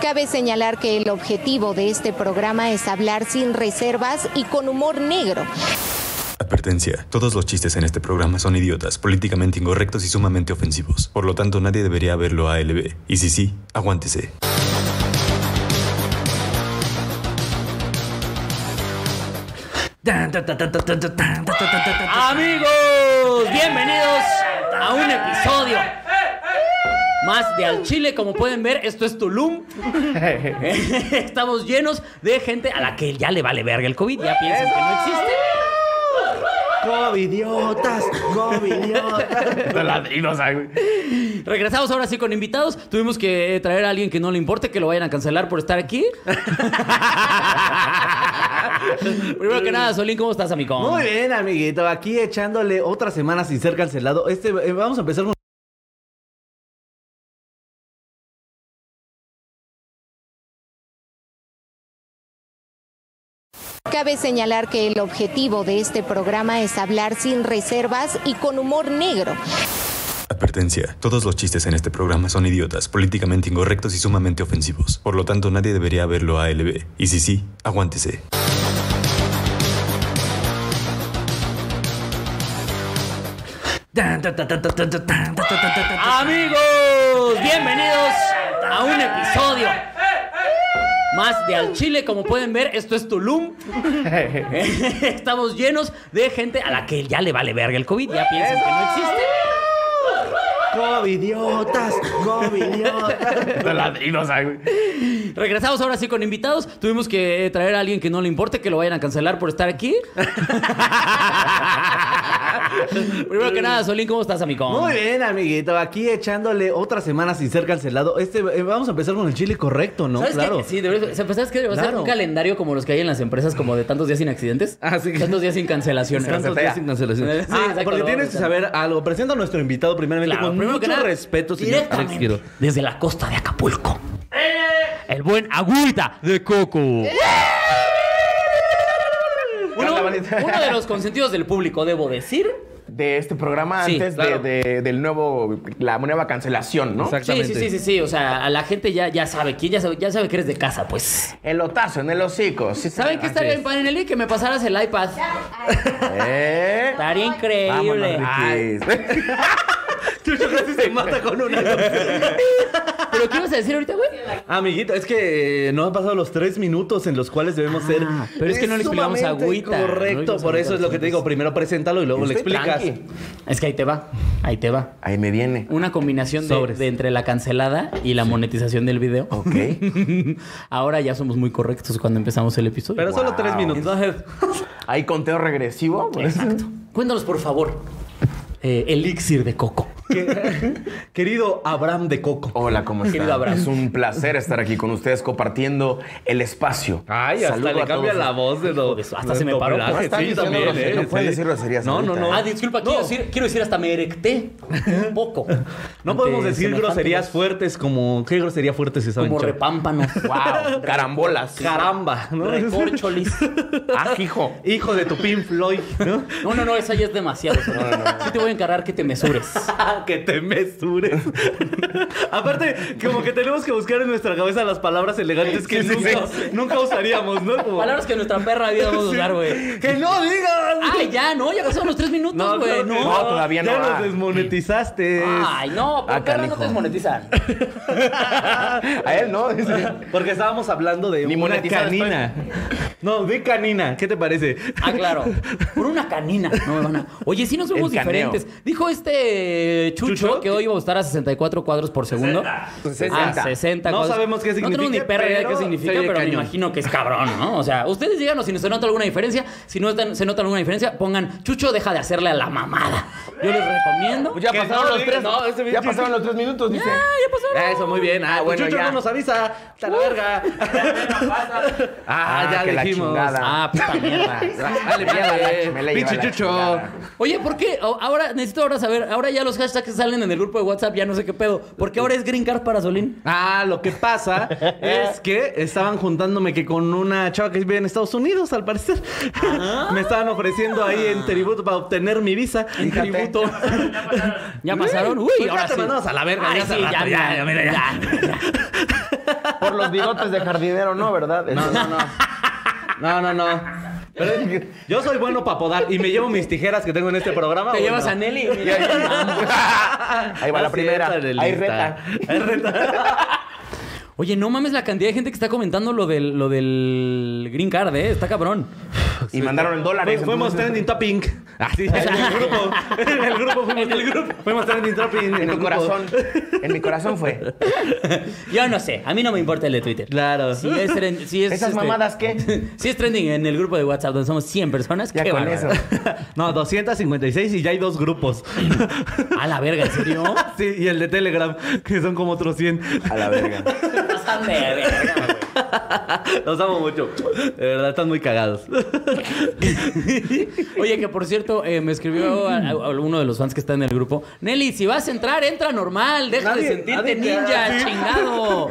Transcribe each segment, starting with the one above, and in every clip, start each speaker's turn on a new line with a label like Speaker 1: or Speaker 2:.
Speaker 1: Cabe señalar que el objetivo de este programa es hablar sin reservas y con humor negro.
Speaker 2: Advertencia. Todos los chistes en este programa son idiotas, políticamente incorrectos y sumamente ofensivos. Por lo tanto, nadie debería verlo a LB. Y si sí, aguántese.
Speaker 3: Amigos, bienvenidos a un episodio más de Al Chile. Como pueden ver, esto es Tulum. Estamos llenos de gente a la que ya le vale verga el COVID. Ya piensan que no existe.
Speaker 4: Covidiotas, covidiotas. De ladrinos, ay, güey.
Speaker 3: Regresamos ahora sí con invitados. Tuvimos que eh, traer a alguien que no le importe que lo vayan a cancelar por estar aquí. Primero que nada, Solín, ¿cómo estás, amigo?
Speaker 4: Muy bien, amiguito. Aquí echándole otra semana sin ser cancelado. Este, eh, vamos a empezar con.
Speaker 1: Cabe señalar que el objetivo de este programa es hablar sin reservas y con humor negro.
Speaker 2: Advertencia. Todos los chistes en este programa son idiotas, políticamente incorrectos y sumamente ofensivos. Por lo tanto, nadie debería verlo a LB. Y si sí, aguántese.
Speaker 3: Amigos, bienvenidos a un episodio más de Al Chile. Como pueden ver, esto es Tulum. Estamos llenos de gente a la que ya le vale verga el COVID. Ya piensan que no existe.
Speaker 4: Covidiotas, covidiotas. De ladrinos, ay, güey.
Speaker 3: Regresamos ahora sí con invitados. Tuvimos que eh, traer a alguien que no le importe que lo vayan a cancelar por estar aquí. Primero que nada, Solín, ¿cómo estás, amigo?
Speaker 4: Muy bien, amiguito. Aquí echándole otra semana sin ser cancelado. Este, eh, vamos a empezar con el chile correcto, ¿no?
Speaker 3: ¿Sabes qué?
Speaker 4: Claro.
Speaker 3: Sí, debería, o sea, pues, ¿sabes qué? Debería ser
Speaker 4: Claro.
Speaker 3: un calendario como los que hay en las empresas, como de tantos días sin accidentes.
Speaker 4: Ah, sí.
Speaker 3: Tantos días sin cancelaciones.
Speaker 4: Tantos días sin cancelación.
Speaker 3: Sí,
Speaker 4: Ah,
Speaker 3: exacto,
Speaker 4: porque
Speaker 3: lo
Speaker 4: tienes
Speaker 3: vamos
Speaker 4: que
Speaker 3: a hacer.
Speaker 4: saber algo. Presenta a nuestro invitado primeramente
Speaker 3: Claro,
Speaker 4: con
Speaker 3: primero
Speaker 4: mucho
Speaker 3: que nada,
Speaker 4: respeto, señor Alex
Speaker 3: directamente
Speaker 4: Quiroz.
Speaker 3: desde la costa de Acapulco.
Speaker 4: Eh.
Speaker 3: El buen Agüita de Coco. Uno,
Speaker 5: Hola, manita.
Speaker 3: uno de los consentidos del público, debo decir.
Speaker 5: de este programa
Speaker 3: Sí,
Speaker 5: antes de-
Speaker 3: claro.
Speaker 5: de, del nuevo, la nueva cancelación, ¿no?
Speaker 3: Sí, sí,
Speaker 4: Exactamente.
Speaker 3: sí, sí, sí. O sea, a la gente ya, ya sabe quién, ya sabe, ya sabe que eres de casa, pues.
Speaker 5: El otazo en el hocico. Sí,
Speaker 3: ¿Saben qué
Speaker 5: está
Speaker 3: estaría en Panelli? Que me pasaras el iPad.
Speaker 5: ¿Eh?
Speaker 3: Estaría increíble.
Speaker 5: Vámonos, Ricky.
Speaker 4: Chucho casi este se mata con una.
Speaker 3: ¿Pero qué ibas a decir ahorita, güey?
Speaker 4: Ah, Amiguito, es que eh, no han pasado los tres minutos en los cuales debemos ser.
Speaker 3: Ah, pero es que no le explicamos a
Speaker 4: sumamente
Speaker 3: Agüita. No le
Speaker 4: Correcto,
Speaker 3: explicamos
Speaker 4: por
Speaker 3: a
Speaker 4: eso es lo que te digo. Primero preséntalo y luego le
Speaker 5: Estoy
Speaker 4: explicas.
Speaker 5: tranqui.
Speaker 3: Es que ahí te va, ahí te va.
Speaker 5: Ahí me viene.
Speaker 3: Una combinación de,
Speaker 4: Sobres.
Speaker 3: de entre la cancelada y la monetización del video.
Speaker 5: Ok.
Speaker 3: Ahora ya somos muy correctos cuando empezamos el episodio.
Speaker 4: Pero solo tres minutos.
Speaker 3: Entonces,
Speaker 5: Hay conteo regresivo. por eso.
Speaker 3: exacto. Cuéntanos, por favor, eh, elixir de coco.
Speaker 4: Que- Querido Abraham de Coco.
Speaker 5: Hola, ¿cómo
Speaker 3: Querido
Speaker 5: están?
Speaker 3: Abraham.
Speaker 5: Es un placer estar aquí con ustedes compartiendo el espacio.
Speaker 4: Ay, hasta
Speaker 5: Saludo
Speaker 4: le
Speaker 5: a
Speaker 4: cambia
Speaker 5: todos.
Speaker 4: la voz de lo.
Speaker 3: Hijo de su- hasta se me paró.
Speaker 4: doblaje.
Speaker 3: No
Speaker 5: están
Speaker 4: Sí,
Speaker 5: diciendo
Speaker 4: también,
Speaker 5: groserías,
Speaker 4: ¿eh?
Speaker 5: no pueden
Speaker 4: Sí.
Speaker 5: decir groserías
Speaker 4: No, no,
Speaker 5: ahorita,
Speaker 4: no.
Speaker 3: Ah, disculpa, quiero,
Speaker 4: No.
Speaker 3: decir, quiero decir hasta me erecté un poco.
Speaker 4: No
Speaker 3: Ante
Speaker 4: podemos decir
Speaker 3: semejante
Speaker 4: groserías
Speaker 3: voz.
Speaker 4: fuertes como. ¿Qué grosería fuerte se saben?
Speaker 3: Como
Speaker 4: chavo?
Speaker 3: repámpanos.
Speaker 5: Wow, carambolas.
Speaker 4: Caramba, ¿no?
Speaker 3: Recorcholis.
Speaker 5: Ah, hijo.
Speaker 4: Hijo de tu Pin Floyd, ¿no?
Speaker 3: No, no, no, esa ya es demasiado. Sí te voy a encargar que te mesures.
Speaker 4: que te mesures. Aparte, como que tenemos que buscar en nuestra cabeza las palabras elegantes que
Speaker 5: Sí, sí,
Speaker 4: nunca, nunca usaríamos, ¿no? Como-
Speaker 3: Palabras que nuestra perra vida vamos a usar, güey.
Speaker 4: ¡Que no digas!
Speaker 3: Ay, ya, no, ya pasaron los tres minutos, güey.
Speaker 4: claro
Speaker 3: No,
Speaker 4: que
Speaker 5: no. todavía
Speaker 4: Ya
Speaker 5: no va.
Speaker 4: nos desmonetizaste.
Speaker 3: Ay, no,
Speaker 5: Ah,
Speaker 3: pero perras no
Speaker 5: canijo.
Speaker 3: te desmonetizan.
Speaker 5: A él no. dice.
Speaker 4: Porque estábamos hablando de
Speaker 5: Ni
Speaker 4: una
Speaker 5: monetizar
Speaker 4: canina. No, de canina. ¿Qué te parece?
Speaker 3: Ah, claro. Por una canina. No me van a. Oye, sí nos vemos
Speaker 5: El caneo.
Speaker 3: diferentes. Dijo este Chucho,
Speaker 4: ¿Chucho?
Speaker 3: que hoy iba a estar a 64 cuadros por segundo.
Speaker 5: 60.
Speaker 3: A 60
Speaker 4: No
Speaker 3: cuadros.
Speaker 4: sabemos qué
Speaker 3: No tenemos ni
Speaker 4: significa,
Speaker 3: perra idea de qué
Speaker 4: pero
Speaker 3: significa,
Speaker 4: se oye
Speaker 3: pero me
Speaker 4: cañón.
Speaker 3: imagino que es cabrón, ¿no? O sea, ustedes díganos si se nota alguna diferencia. Si no están- se nota alguna diferencia, pongan Chucho, deja de hacerle a la mamada. Yo les recomiendo.
Speaker 5: Pues ya
Speaker 4: Que
Speaker 5: pasaron
Speaker 4: no
Speaker 5: los
Speaker 4: digas,
Speaker 5: tres.
Speaker 4: no, ese
Speaker 5: ya
Speaker 4: pinche-
Speaker 5: pasaron los tres minutos, dice.
Speaker 3: ya pasó.
Speaker 4: Ah, Eso, muy bien. Ah, bueno,
Speaker 5: bueno,
Speaker 4: Chucho
Speaker 5: ya.
Speaker 4: no nos avisa. ¡Está la verga! Ah,
Speaker 5: Ah,
Speaker 4: ya
Speaker 5: que la
Speaker 4: dijimos.
Speaker 5: chingada.
Speaker 3: Ah, puta mierda.
Speaker 4: Dale,
Speaker 5: Me lleva la-
Speaker 4: dale.
Speaker 5: me la lleva
Speaker 4: Pinche
Speaker 5: la
Speaker 4: Chucho.
Speaker 5: chingada.
Speaker 3: Oye, ¿por qué? O- Ahora necesito ahora saber. Ahora ya los hashtags que salen en el grupo de WhatsApp, ya no sé qué pedo. ¿Por qué ahora es Green Card para Solín?
Speaker 4: Ah, lo que pasa es que estaban juntándome que con una chava que vive en Estados Unidos, al parecer. Me estaban ofreciendo ahí en tributo para obtener mi visa. En
Speaker 5: Fíjate.
Speaker 4: tributo.
Speaker 3: ¿Ya pasaron? Uy,
Speaker 4: Pues ya
Speaker 3: ahora
Speaker 4: te
Speaker 3: sí.
Speaker 4: mandamos a la verga,
Speaker 3: Ay,
Speaker 4: ya hace
Speaker 3: sí,
Speaker 4: rato,
Speaker 3: ya,
Speaker 4: ya,
Speaker 3: ya,
Speaker 4: ya, mira,
Speaker 3: ya, ya.
Speaker 5: Por los bigotes de jardinero, no, ¿verdad?
Speaker 4: No, no, no. No, no, no. Pero yo soy bueno para podar y me llevo mis tijeras que tengo en este programa.
Speaker 3: Te
Speaker 4: ¿o
Speaker 3: llevas
Speaker 4: no?
Speaker 3: a Nelly.
Speaker 5: Ahí va la
Speaker 4: Así
Speaker 5: primera.
Speaker 4: es, Anelita.
Speaker 5: Hay reta.
Speaker 4: Hay reta.
Speaker 3: Oye, no mames la cantidad de gente que está comentando lo del, lo del Green Card, ¿eh? Está cabrón.
Speaker 5: Y mandaron en dólares.
Speaker 4: Fu- fuimos
Speaker 5: entonces-
Speaker 4: trending topping. Así, en el grupo. En el grupo fuimos.
Speaker 3: En el grupo.
Speaker 4: Fuimos trending topping. En,
Speaker 5: En
Speaker 4: el grupo.
Speaker 5: tu corazón. En mi corazón fue.
Speaker 3: Yo no sé. A mí no me importa el de Twitter.
Speaker 4: Claro.
Speaker 3: Si es, tren- si es,
Speaker 5: ¿Esas
Speaker 3: este,
Speaker 5: mamadas qué?
Speaker 3: Si es trending en el grupo de WhatsApp donde somos 100 personas,
Speaker 5: Ya
Speaker 3: qué
Speaker 5: con
Speaker 3: bárbaro.
Speaker 5: eso.
Speaker 4: No, 256 y ya hay dos grupos.
Speaker 3: A la verga, ¿en serio?
Speaker 4: Sí, y el de Telegram, que son como otros 100.
Speaker 5: A la verga.
Speaker 3: Pásame, verga.
Speaker 4: Los amo mucho. De verdad, están muy cagados.
Speaker 3: Oye, que por cierto, eh, me escribió a- a- a uno de los fans que está en el grupo. Nelly, si vas a entrar, entra normal. Deja
Speaker 4: Nadie-
Speaker 3: de sentirte
Speaker 4: nadie te
Speaker 3: ninja,
Speaker 4: hace.
Speaker 3: chingado.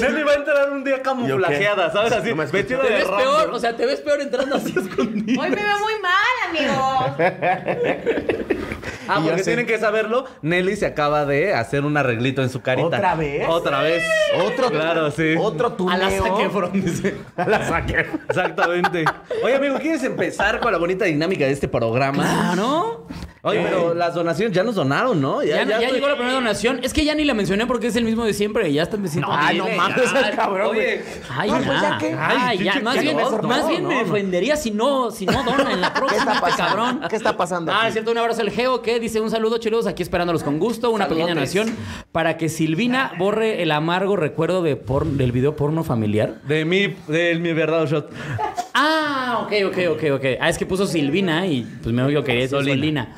Speaker 4: Nelly va a entrar un día camuflajeada, ¿sabes? Así,
Speaker 5: No me escucho.
Speaker 4: vestida
Speaker 3: Te
Speaker 4: de
Speaker 3: ves
Speaker 4: Rambo.
Speaker 3: peor, o sea, te ves peor entrando así escondido.
Speaker 6: Hoy me veo muy mal, amigos.
Speaker 4: Ah,
Speaker 5: Y
Speaker 4: porque
Speaker 5: yo sé-
Speaker 4: tienen que saberlo, Nelly se acaba de hacer un arreglito en su carita.
Speaker 5: ¿Otra vez?
Speaker 4: Otra vez.
Speaker 5: Otro
Speaker 4: Claro, sí.
Speaker 5: Otro tuneo.
Speaker 3: A la saquefron, dice.
Speaker 5: A la saque.
Speaker 4: Exactamente. Oye, amigo, ¿quieres empezar con la bonita dinámica de este programa?
Speaker 3: Claro.
Speaker 4: Oye, pero las donaciones ya nos donaron, ¿no?
Speaker 3: Ya, ya
Speaker 4: estoy-
Speaker 3: llegó la primera donación. Es que ya ni la mencioné porque es el mismo de siempre. Ya están diciendo.
Speaker 5: Ah, no
Speaker 4: Dile,
Speaker 5: mames,
Speaker 4: ya.
Speaker 5: cabrón,
Speaker 4: Oye,
Speaker 3: Ay,
Speaker 5: No,
Speaker 3: ya.
Speaker 5: pues, ¿ya qué?
Speaker 3: Ay,
Speaker 4: Ay,
Speaker 3: ya.
Speaker 4: chiche,
Speaker 3: Más
Speaker 4: qué
Speaker 3: bien,
Speaker 4: horror,
Speaker 3: más
Speaker 4: no,
Speaker 3: bien
Speaker 4: no,
Speaker 3: me
Speaker 4: no.
Speaker 3: ofendería si no, si no dona en la
Speaker 5: ¿Qué
Speaker 3: próxima,
Speaker 5: está
Speaker 3: este
Speaker 5: pasando?
Speaker 3: cabrón.
Speaker 5: ¿Qué está pasando
Speaker 3: Ah,
Speaker 5: aquí?
Speaker 3: es cierto, un abrazo al Geo que dice un saludo, chilos, aquí esperándolos con gusto. Una pequeña
Speaker 4: Saludotes.
Speaker 3: nación para que Silvina borre el amargo recuerdo de por- del video porno familiar.
Speaker 4: De mi, de mi verdadero shot.
Speaker 3: Ah, ok, ok, ok, ok. Ah, es que puso Silvina y pues me obvio que quería decir Solina.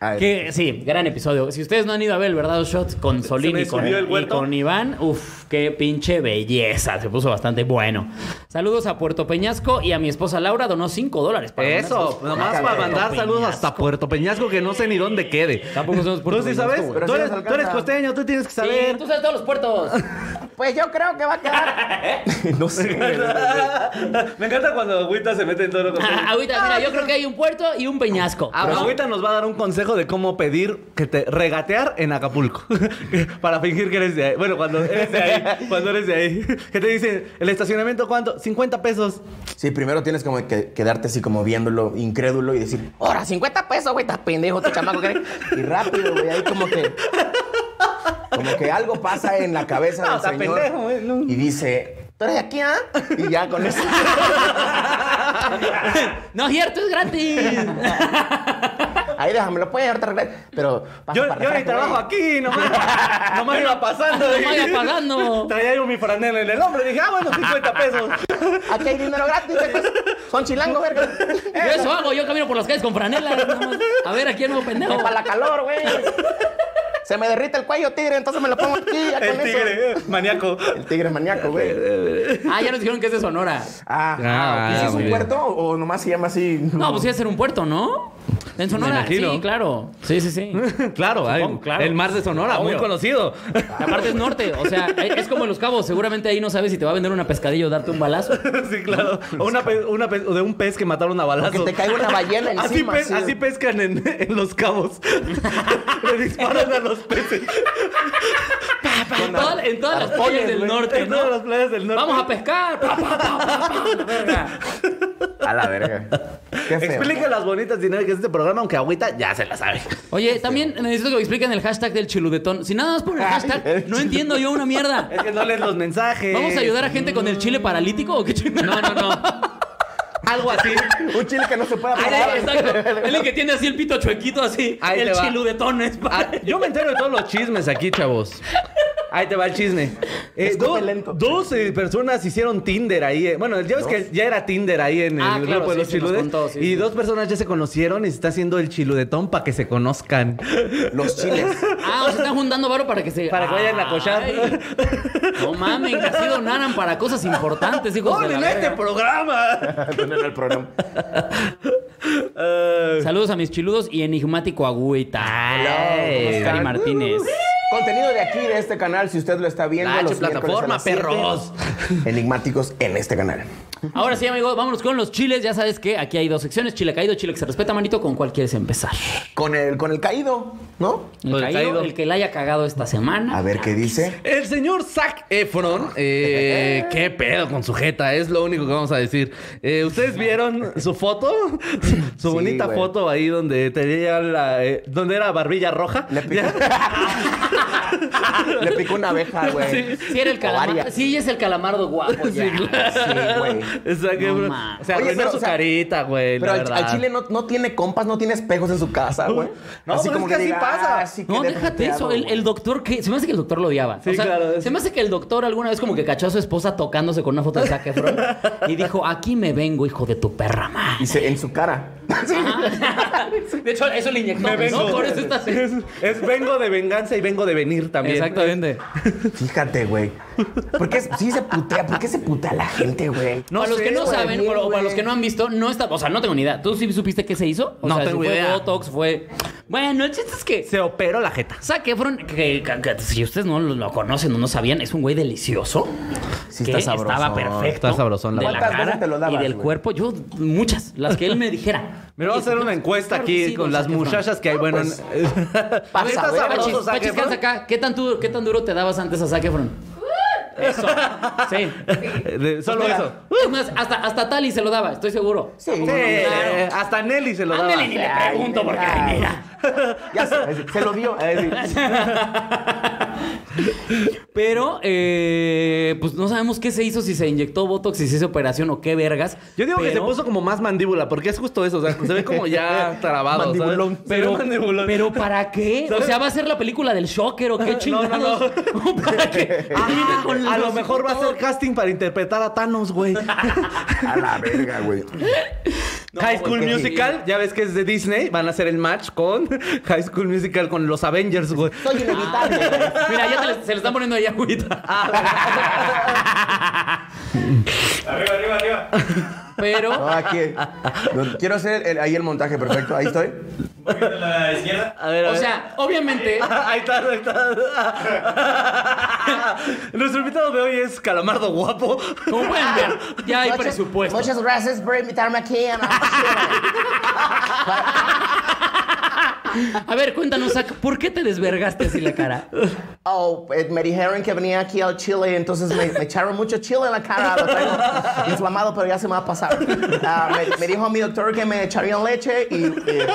Speaker 5: A ver.
Speaker 3: Que, sí, gran episodio. Si ustedes no han ido a ver el verdadero shot con Solín
Speaker 4: me
Speaker 3: y con,
Speaker 4: subió el
Speaker 3: y
Speaker 4: huerto.
Speaker 3: con Iván, uff, qué pinche belleza. Se puso bastante bueno. Saludos a Puerto Peñasco y a mi esposa Laura donó 5 dólares para
Speaker 4: Eso,
Speaker 3: donar-
Speaker 4: nomás para
Speaker 5: Puerto
Speaker 4: mandar saludos hasta Puerto Peñasco, que no sé ni dónde quede.
Speaker 3: Tampoco somos Puerto
Speaker 4: Tú sí
Speaker 3: Peñasco,
Speaker 4: sabes,
Speaker 3: güey.
Speaker 5: Pero
Speaker 4: tú
Speaker 5: sí
Speaker 4: eres,
Speaker 5: nos
Speaker 4: tú eres
Speaker 5: alcanza.
Speaker 4: costeño, tú tienes que
Speaker 3: Sí,
Speaker 4: saber.
Speaker 3: tú sabes todos los puertos.
Speaker 5: Pues yo creo que va a quedar. no sé.
Speaker 4: Me encanta cuando Agüita se mete en todo lo
Speaker 3: Ah, Ahorita, mira, yo creo que hay un puerto y un peñasco.
Speaker 5: Ah,
Speaker 4: Ahora, Agüita nos va a dar un consejo de cómo pedir que te regatear en Acapulco. Para fingir que eres de ahí. Bueno, cuando eres de ahí. Cuando eres de ahí. Que te dicen, ¿el estacionamiento cuánto? 50 pesos.
Speaker 5: Sí, primero tienes como que quedarte así como viéndolo, incrédulo, y decir, ¡Hora, 50 pesos, güey! ¡Estás pendejo, tu chamaco! ¿qué eres?" Y rápido, güey, ahí como que... Como que algo pasa en la cabeza
Speaker 4: No,
Speaker 5: del
Speaker 4: está
Speaker 5: señor.
Speaker 4: pendejo, güey, no.
Speaker 5: Y dice, ¿tú eres de aquí, ah? Y ya con eso...
Speaker 3: No es cierto, es gratis.
Speaker 5: Ahí déjamelo, puedes ahorita arreglar. Pero... pasa
Speaker 4: Yo,
Speaker 5: para ¿eh?
Speaker 4: yo
Speaker 5: atrás,
Speaker 4: ni trabajo
Speaker 5: güey.
Speaker 4: aquí, nomás, nomás iba pasando.
Speaker 3: Nomás iba pasando.
Speaker 4: Traía yo mi franela en el hombro y dije, ah, bueno, 50 pesos.
Speaker 5: Aquí hay dinero gratis, güey, pues, Son chilangos, verga.
Speaker 3: Yo eso hago, yo camino por las calles con franela. nada más. A ver, aquí el nuevo pendejo.
Speaker 5: Es para la calor, güey. Se me derrite el cuello, tigre, entonces me lo pongo aquí, ya con
Speaker 4: El
Speaker 5: eso.
Speaker 4: tigre, eh, maníaco.
Speaker 5: El tigre maníaco, güey.
Speaker 3: Ah, ya nos dijeron que es de Sonora.
Speaker 5: Ah,
Speaker 4: Ah,
Speaker 5: ¿y si es
Speaker 4: muy
Speaker 5: un
Speaker 4: bien.
Speaker 5: puerto o o nomás se llama así?
Speaker 3: No, pues iba a ser un puerto, ¿no? En Sonora,
Speaker 4: imagino.
Speaker 3: sí, claro. Sí, sí, sí.
Speaker 4: Claro, hay-
Speaker 3: Supongo, claro.
Speaker 4: el mar de Sonora, muy
Speaker 3: Obvio.
Speaker 4: conocido.
Speaker 3: Aparte es norte, o sea, e, es como en Los Cabos. Seguramente ahí no sabes si te va a vender una pescadilla o darte un balazo.
Speaker 4: Sí, claro. O una pe- una pe- o de un pez que mataron a
Speaker 5: Que
Speaker 4: balazo.
Speaker 5: te caiga una ballena
Speaker 4: Así,
Speaker 5: encima.
Speaker 4: pe-
Speaker 5: así.
Speaker 4: así pescan en, en los cabos. Le disparan a los peces.
Speaker 3: En, toda- en todas las
Speaker 4: Oye,
Speaker 3: playas del
Speaker 4: güey,
Speaker 3: norte,
Speaker 4: en todas
Speaker 3: ¿no?
Speaker 4: las playas del norte.
Speaker 3: Vamos a pescar. pa, pa, pa, pa, pa, la verga.
Speaker 5: A la verga. Qué feo.
Speaker 4: Explica las bonitas dinámicas de este programa, aunque Agüita ya se la sabe.
Speaker 3: Oye, también necesito que me expliquen el hashtag del chiludetón. Si nada más por el hashtag, no entiendo yo una mierda.
Speaker 4: Es que no lees los mensajes.
Speaker 3: ¿Vamos a ayudar a gente con el chile paralítico o qué chingada?
Speaker 4: No, no, no. Algo así.
Speaker 5: Un chile que no se pueda
Speaker 3: Ah,
Speaker 5: parar.
Speaker 3: exacto. Es el que tiene así el pito chuequito así.
Speaker 4: Ahí
Speaker 3: el
Speaker 4: te va.
Speaker 3: chiludetón es para...
Speaker 4: Ah, yo me entero de todos los chismes aquí, chavos. Ahí te va el chisme. Eh, do-
Speaker 5: Escupe lento.
Speaker 4: 12 personas hicieron Tinder ahí. eh. Bueno, ya ves que ya era Tinder ahí en
Speaker 3: Ah,
Speaker 4: el
Speaker 3: claro,
Speaker 4: grupo de
Speaker 3: sí, sí nos
Speaker 4: los chiludes.
Speaker 3: contó, sí,
Speaker 4: y
Speaker 3: sí.
Speaker 4: dos personas ya se conocieron y se está haciendo el chiludetón para que se conozcan.
Speaker 5: Los chiles.
Speaker 3: Ah, o sea, están juntando varo para que se...
Speaker 4: Para que vayan a cochar.
Speaker 3: Ay. No mames, que así donaran para cosas importantes, hijos de la
Speaker 4: ¡Donen este
Speaker 3: verga.
Speaker 4: programa!
Speaker 5: Ponen el programa.
Speaker 4: Eh,
Speaker 3: Saludos a mis chiludos y enigmático agüita.
Speaker 5: ¿cómo
Speaker 4: pues,
Speaker 3: Ay,
Speaker 5: están?
Speaker 3: Cari Martínez.
Speaker 5: Contenido de aquí, de este canal, si usted lo está viendo.
Speaker 4: Lache,
Speaker 5: los miércoles a las
Speaker 4: plataforma,
Speaker 5: siete,
Speaker 4: perros.
Speaker 5: Enigmáticos en este canal.
Speaker 3: Ahora sí, amigo, vámonos con los chiles. Ya sabes que aquí hay dos secciones: chile caído, chile que se respeta, manito. ¿Con cuál quieres empezar?
Speaker 5: Con el, con el caído, ¿no?
Speaker 3: El
Speaker 4: Con
Speaker 3: caído,
Speaker 4: el Pues, caído.
Speaker 3: el que la haya cagado esta semana.
Speaker 5: A ver qué dice.
Speaker 4: El señor Zac Efron, eh, qué pedo con su jeta, es lo único que vamos a decir. Eh, ¿Ustedes vieron su foto? Su, su
Speaker 5: Sí,
Speaker 4: bonita
Speaker 5: güey.
Speaker 4: foto ahí donde tenía la... eh, donde era barbilla roja.
Speaker 5: Le picó, le picó una abeja, güey.
Speaker 3: Sí, era el calamardo.
Speaker 5: Ovaria.
Speaker 3: Sí, es el calamardo guapo.
Speaker 4: pues
Speaker 5: Sí,
Speaker 3: Ya.
Speaker 5: güey.
Speaker 4: Zac
Speaker 3: No
Speaker 4: Efron.
Speaker 3: mames.
Speaker 4: Se
Speaker 5: Oye,
Speaker 4: arruinó
Speaker 5: pero,
Speaker 4: su
Speaker 5: o sea,
Speaker 4: carita, güey,
Speaker 5: Pero
Speaker 4: la
Speaker 5: al,
Speaker 4: verdad.
Speaker 5: al chile no, no tiene compas, no tiene espejos en su casa, güey.
Speaker 4: No, pero es que así pasa.
Speaker 5: "Ah,
Speaker 3: No, déjate eso. El, el doctor, que se me hace que el doctor lo odiaba.
Speaker 4: Sí,
Speaker 3: o sea,
Speaker 4: claro, es-
Speaker 3: se me hace que el doctor alguna vez como que cachó a su esposa tocándose con una foto de Zac Efron y dijo, aquí me vengo, hijo de tu perra, man.
Speaker 5: Dice, en su cara.
Speaker 3: De hecho, eso le inyectó.
Speaker 4: Me vengo.
Speaker 3: ¿no? Por eso está así.
Speaker 4: es, es vengo de venganza y vengo de venir también.
Speaker 3: Exactamente.
Speaker 5: Fíjate, güey. ¿Por qué sí se putea? ¿Por qué se putea la gente, güey?
Speaker 3: para los
Speaker 4: sé,
Speaker 3: que no
Speaker 5: güey,
Speaker 3: saben,
Speaker 5: bien,
Speaker 3: o para
Speaker 5: güey.
Speaker 3: los que no han visto, no está. O sea, no tengo ni idea. ¿Tú sí supiste qué se hizo? O
Speaker 4: No
Speaker 3: sea,
Speaker 4: tengo
Speaker 3: si
Speaker 4: idea.
Speaker 3: Fue Botox, fue. Bueno, el chiste es que.
Speaker 4: Se operó la jeta.
Speaker 3: Zac Efron, que, que- que si ustedes no lo, lo conocen o no sabían, es un güey delicioso.
Speaker 5: Sí
Speaker 3: que
Speaker 5: está sabroso.
Speaker 3: Estaba perfecto.
Speaker 4: Está sabrosón, la
Speaker 3: de la
Speaker 5: ¿Cuántas veces
Speaker 3: cara
Speaker 5: te lo dabas,
Speaker 3: y del
Speaker 5: güey?
Speaker 3: cuerpo. Yo, muchas. Las que él me dijera.
Speaker 4: Mira, vamos a hacer una encuesta
Speaker 3: Claro
Speaker 4: aquí
Speaker 3: que sí,
Speaker 4: con
Speaker 3: don
Speaker 4: las
Speaker 3: Zac Efron.
Speaker 4: muchachas que hay. Bueno,
Speaker 5: pues,
Speaker 4: en-
Speaker 5: pasa,
Speaker 4: Está
Speaker 5: güey.
Speaker 4: sabroso,
Speaker 3: Pachis,
Speaker 4: Zac
Speaker 3: Pachis,
Speaker 4: Efron.
Speaker 3: cansa acá. ¿Qué tan, tu- ¿Qué tan duro te dabas antes a Zac Efron? Eso. Sí.
Speaker 4: de- solo
Speaker 5: Pues mira.
Speaker 4: eso.
Speaker 3: Es más, hasta, hasta Tali se lo daba, estoy seguro.
Speaker 5: Sí,
Speaker 4: Sí, eh, hasta Nelly se lo daba.
Speaker 3: Ándale, ni le
Speaker 5: Ay,
Speaker 3: pregunto porque
Speaker 5: mira.
Speaker 3: ay, mira.
Speaker 5: Ya se, se lo dio. eh, sí.
Speaker 3: Pero, eh, pues no sabemos qué se hizo, si se inyectó Botox, si se hizo operación o qué vergas.
Speaker 4: Yo digo que se
Speaker 3: pero-
Speaker 4: puso como más mandíbula, porque es justo eso, o sea, se ve como ya trabado. ¿sabes?
Speaker 5: Mandibulón.
Speaker 4: Se ve
Speaker 3: Pero,
Speaker 4: mandibulón.
Speaker 3: pero ¿para qué? O
Speaker 4: ¿Sabes?
Speaker 3: sea, ¿va a ser la película del Shocker o qué
Speaker 4: No,
Speaker 3: chingados?
Speaker 4: no, no.
Speaker 3: ¿Para qué? Termina con
Speaker 4: Ah, a
Speaker 3: los-
Speaker 4: lo mejor va a ser casting para interpretar a Thanos, güey.
Speaker 5: A la verga, güey.
Speaker 4: High School
Speaker 3: güey, qué
Speaker 4: Musical, ya ves que es de Disney, van a hacer el match con High School Musical con los Avengers, güey.
Speaker 5: Soy inevitable, güey.
Speaker 3: Mira, ya te le- se le están poniendo ahí agüita.
Speaker 4: Ah,
Speaker 3: Pero,
Speaker 5: No, aquí. No, quiero hacer el- ahí el montaje perfecto. Ahí estoy.
Speaker 4: A ver, a
Speaker 3: o
Speaker 4: ver.
Speaker 3: sea, obviamente...
Speaker 4: Ahí está, ahí está. Nuestro invitado de hoy es Calamardo Guapo.
Speaker 3: Como pueden ver, ya hay
Speaker 5: Muchas-
Speaker 3: presupuesto.
Speaker 5: Muchas gracias por invitarme aquí.
Speaker 3: A ver, cuéntanos, Zac, ¿por qué te desvergaste así la cara?
Speaker 5: Oh, eh, me dijeron que venía aquí al Chile, entonces me, me echaron mucho chile en la cara. Lo tengo inflamado, pero ya se me va a pasar. Ah, me, me dijo mi doctor que me echarían leche y, eh,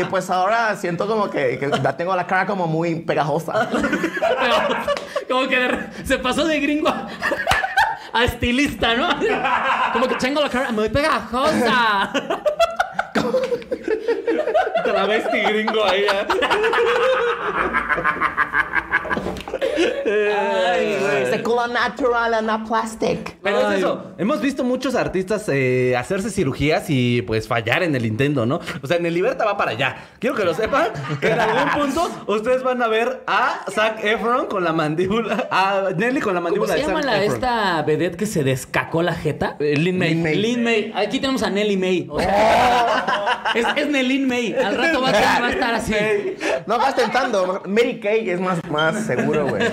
Speaker 5: y, pues ahora siento como que, que la tengo la cara como muy pegajosa.
Speaker 3: Pero, como que de re- se pasó de gringo a, a estilista, ¿no? Como que tengo la cara muy pegajosa.
Speaker 4: Travesti gringo ahí. ¿eh?
Speaker 5: It's a color natural and not plastic.
Speaker 4: Pero es
Speaker 3: Ay.
Speaker 4: eso. Hemos visto muchos artistas eh, hacerse cirugías y pues fallar en el intento, ¿no? O sea, en el Liberta va para allá. Quiero que lo sepan. que en algún punto ustedes van a ver a Zac Efron con la mandíbula. A Nelly con la
Speaker 3: ¿Cómo
Speaker 4: mandíbula
Speaker 3: se
Speaker 4: de
Speaker 3: llama
Speaker 4: Zac
Speaker 3: la,
Speaker 4: Efron.
Speaker 3: esta vedette que se descacó la jeta?
Speaker 4: Eh, Lin May.
Speaker 5: Lin May.
Speaker 3: Lin May. Aquí tenemos a Nelly May. o
Speaker 5: Oh.
Speaker 3: sea, es, es Nelin May. Al rato va a, estar- va a estar así.
Speaker 5: No gasten tanto. Mary Kay es más, más seguro, güey.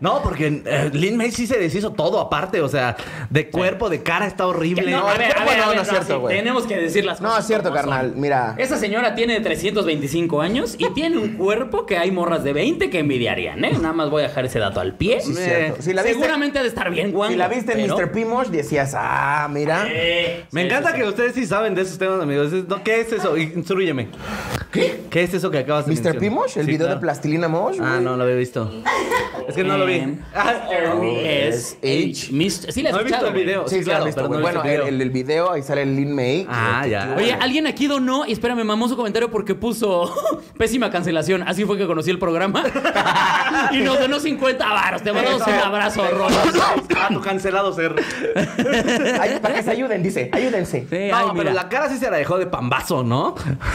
Speaker 4: No, porque eh, Lin May sí se deshizo todo aparte. O sea, de cuerpo, de cara está horrible.
Speaker 5: No, a ver, a ver, no, no es cierto,
Speaker 3: sí,
Speaker 5: güey.
Speaker 3: Tenemos que decir las
Speaker 5: No,
Speaker 3: cosas.
Speaker 5: es cierto,
Speaker 3: como son.
Speaker 5: carnal, mira.
Speaker 3: Esa señora tiene 325 años y tiene un cuerpo que hay morras de 20 que envidiarían, ¿eh? Nada más voy a dejar ese dato al pie.
Speaker 5: Sí, es cierto. Si la viste,
Speaker 3: Seguramente ha de estar bien guango.
Speaker 5: si la viste en Mr. Pimosh, decías, ah, mira.
Speaker 4: Me encanta que ustedes sí saben de esos temas, amigos. Es- no, ¿Qué es eso? Instruyeme. ¿Qué? ¿Qué es eso que acabas de
Speaker 5: Mr.
Speaker 4: mencionar?
Speaker 5: Pimosh, el
Speaker 4: Sí,
Speaker 5: video
Speaker 4: claro.
Speaker 5: de Plastilina Mosh.
Speaker 4: Ah,
Speaker 5: güey.
Speaker 4: no, lo había visto. Es que no lo
Speaker 3: Em,
Speaker 4: vi. Ah,
Speaker 3: Es
Speaker 5: H.
Speaker 3: Mr. Sí, la he
Speaker 4: No he visto
Speaker 3: escuchado,
Speaker 4: el
Speaker 3: güey.
Speaker 4: video.
Speaker 5: Sí, claro,
Speaker 4: pero no he visto el
Speaker 5: Bueno, el,
Speaker 4: video.
Speaker 5: el, el video, ahí sale el Lin May.
Speaker 4: Ah, ya.
Speaker 3: Oye, alguien aquí donó, y espérame, mamó su comentario porque puso pésima cancelación. Así fue que conocí el programa. y nos donó 50 varos. Te mandamos un abrazo, Rolos.
Speaker 4: Ah, tu cancelado ser.
Speaker 5: Ay, para que se ayuden, dice, ayúdense.
Speaker 3: Sí,
Speaker 4: no,
Speaker 3: Eh, ay,
Speaker 4: pero
Speaker 3: mira.
Speaker 4: la cara sí se la dejó de pambazo, ¿no?